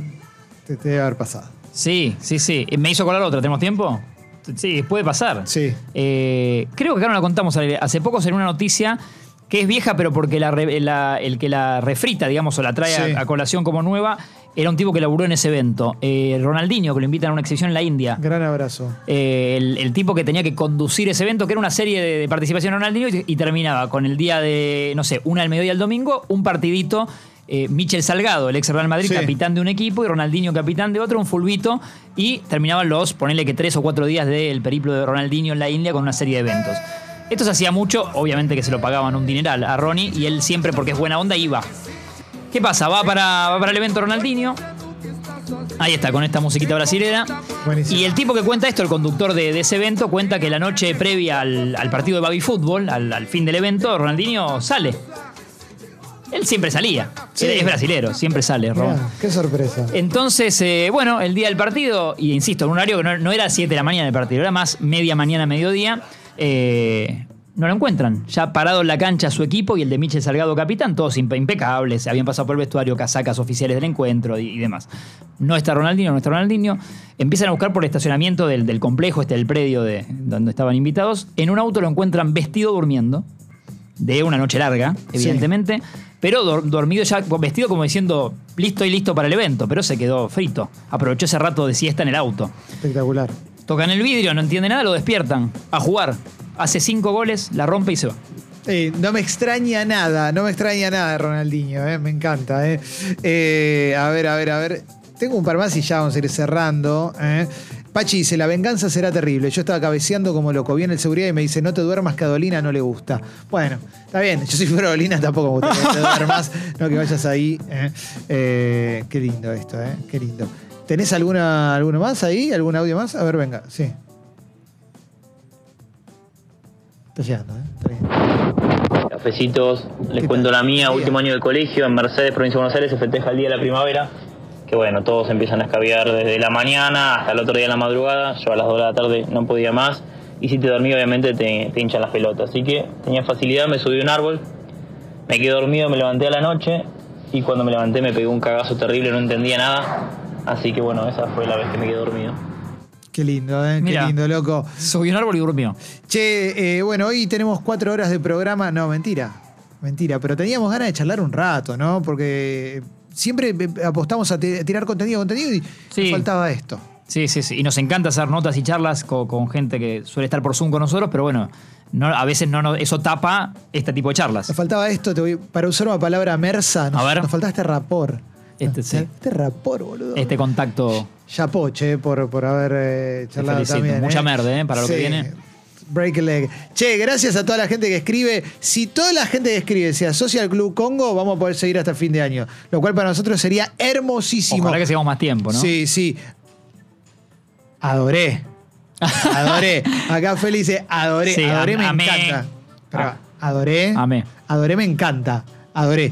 [SPEAKER 1] te, te debe haber pasado.
[SPEAKER 2] Sí, sí, sí. Eh, Me hizo colar otra. ¿Tenemos tiempo? Sí, puede pasar. Eh,
[SPEAKER 1] Sí.
[SPEAKER 2] creo que acá no la contamos. al aire. Hace poco salió una noticia que es vieja, pero porque la re- la- el que la refrita, digamos, o la trae a-
[SPEAKER 1] Sí.
[SPEAKER 2] a, colación como nueva, era un tipo que laburó en ese evento. Eh, Ronaldinho, que lo invitan a una exhibición en la India.
[SPEAKER 1] Gran abrazo.
[SPEAKER 2] Eh, el, el tipo que tenía que conducir ese evento, que era una serie de, de participación de Ronaldinho, y, y terminaba con el día de, no sé, una al mediodía al domingo, un partidito. eh, Michel Salgado, el ex Real Madrid,
[SPEAKER 1] Sí.
[SPEAKER 2] capitán de un equipo, y Ronaldinho, capitán de otro, un fulbito, y terminaban los, ponele que tres o cuatro días del periplo de Ronaldinho en la India con una serie de eventos. Esto se hacía mucho, obviamente que se lo pagaban un dineral a Ronnie, y él siempre, porque es buena onda, iba. ¿Qué pasa? Va para, va para el evento Ronaldinho, Ahí está, con esta musiquita brasilera. Y el tipo que cuenta esto, el conductor de, de ese evento, cuenta que la noche previa al, al partido de Baby Fútbol, al, al fin del evento, Ronaldinho sale. Él siempre salía.
[SPEAKER 1] Sí.
[SPEAKER 2] Es brasilero, siempre sale, Ron.
[SPEAKER 1] Mirá, qué sorpresa.
[SPEAKER 2] Entonces, eh, bueno, el día del partido, y insisto, en un horario que no, no era 7 de la mañana del partido, era más media mañana, mediodía, eh, no lo encuentran. Ya parado en la cancha su equipo y el de Michel Salgado capitán, todos impe- impecables, habían pasado por el vestuario, casacas oficiales del encuentro y, y demás. No está Ronaldinho, no está Ronaldinho. Empiezan a buscar por el estacionamiento del, del complejo, este, el predio de donde estaban invitados. En un auto lo encuentran vestido durmiendo de una noche larga, evidentemente, pero dor- dormido ya, vestido como diciendo listo y listo para el evento, pero se quedó frito. Aprovechó ese rato de siesta en el auto.
[SPEAKER 1] Espectacular.
[SPEAKER 2] Tocan el vidrio, no entiende nada, lo despiertan a jugar. Hace cinco goles, la rompe y se va.
[SPEAKER 1] Eh, no me extraña nada, no me extraña nada Ronaldinho, eh, me encanta. eh. Eh, a ver, a ver, a ver. Tengo un par más y ya vamos a ir cerrando. eh. Pachi dice, la venganza será terrible. Yo estaba cabeceando como loco. Viene el seguridad y me dice, no te duermas que a Dolina no le gusta. Bueno, está bien, yo soy pro Dolina, tampoco me gusta que te duermas, no que vayas ahí. eh. Eh, qué lindo esto, eh, qué lindo. ¿Tenés alguna, alguno más ahí? ¿Algún audio más? A ver, venga, sí. Está llegando, eh. Está bien.
[SPEAKER 12] Cafecitos, les cuento la mía, último año del colegio en Mercedes, provincia de Buenos Aires, se festeja el día de la primavera, que bueno, todos empiezan a escabiar desde la mañana hasta el otro día de la madrugada, yo a las 2 de la tarde no podía más, y si te dormí obviamente te, te hinchan las pelotas, así que tenía facilidad, me subí a un árbol, me quedé dormido, me levanté a la noche, y cuando me levanté me pegó un cagazo terrible, no entendía nada, así que bueno, esa fue la vez que me quedé dormido.
[SPEAKER 1] Qué lindo, ¿eh?
[SPEAKER 2] Mirá.
[SPEAKER 1] Qué lindo, loco.
[SPEAKER 2] Subió un árbol y durmió.
[SPEAKER 1] Che, eh, bueno, hoy tenemos cuatro horas de programa. No, mentira. Mentira, pero teníamos ganas de charlar un rato, ¿no? Porque siempre eh, apostamos a, ti- a tirar contenido, contenido y nos faltaba esto.
[SPEAKER 2] Sí, sí, sí. Y nos encanta hacer notas y charlas co- con, gente que suele estar por Zoom con nosotros, pero bueno, no, a veces no, nos- eso tapa este tipo de charlas.
[SPEAKER 1] Nos faltaba esto, te voy- para usar una palabra mersa, nos,
[SPEAKER 2] A ver.
[SPEAKER 1] nos faltaba este rapor.
[SPEAKER 2] Este, sí.
[SPEAKER 1] Este rapor, boludo.
[SPEAKER 2] Este contacto
[SPEAKER 1] Chapó, che, por, por haber eh,
[SPEAKER 2] te
[SPEAKER 1] charlado
[SPEAKER 2] felicito.
[SPEAKER 1] también.
[SPEAKER 2] Mucha
[SPEAKER 1] ¿eh?
[SPEAKER 2] merde, ¿eh? Para lo que
[SPEAKER 1] Sí.
[SPEAKER 2] viene.
[SPEAKER 1] Break a leg. Che, gracias a toda la gente que escribe. Si toda la gente que escribe se asocia al Club Congo, vamos a poder seguir hasta el fin de año. Lo cual para nosotros sería hermosísimo.
[SPEAKER 2] Ojalá que sigamos más tiempo, ¿no?
[SPEAKER 1] Sí, sí.
[SPEAKER 2] [LAUGHS]
[SPEAKER 1] Adoré. Adoré. Acá Feli dice, adoré.
[SPEAKER 2] Sí,
[SPEAKER 1] adoré
[SPEAKER 2] am-
[SPEAKER 1] me
[SPEAKER 2] amé. Ah.
[SPEAKER 1] encanta. Pero, adoré.
[SPEAKER 2] Amé.
[SPEAKER 1] Adoré me encanta. Adoré.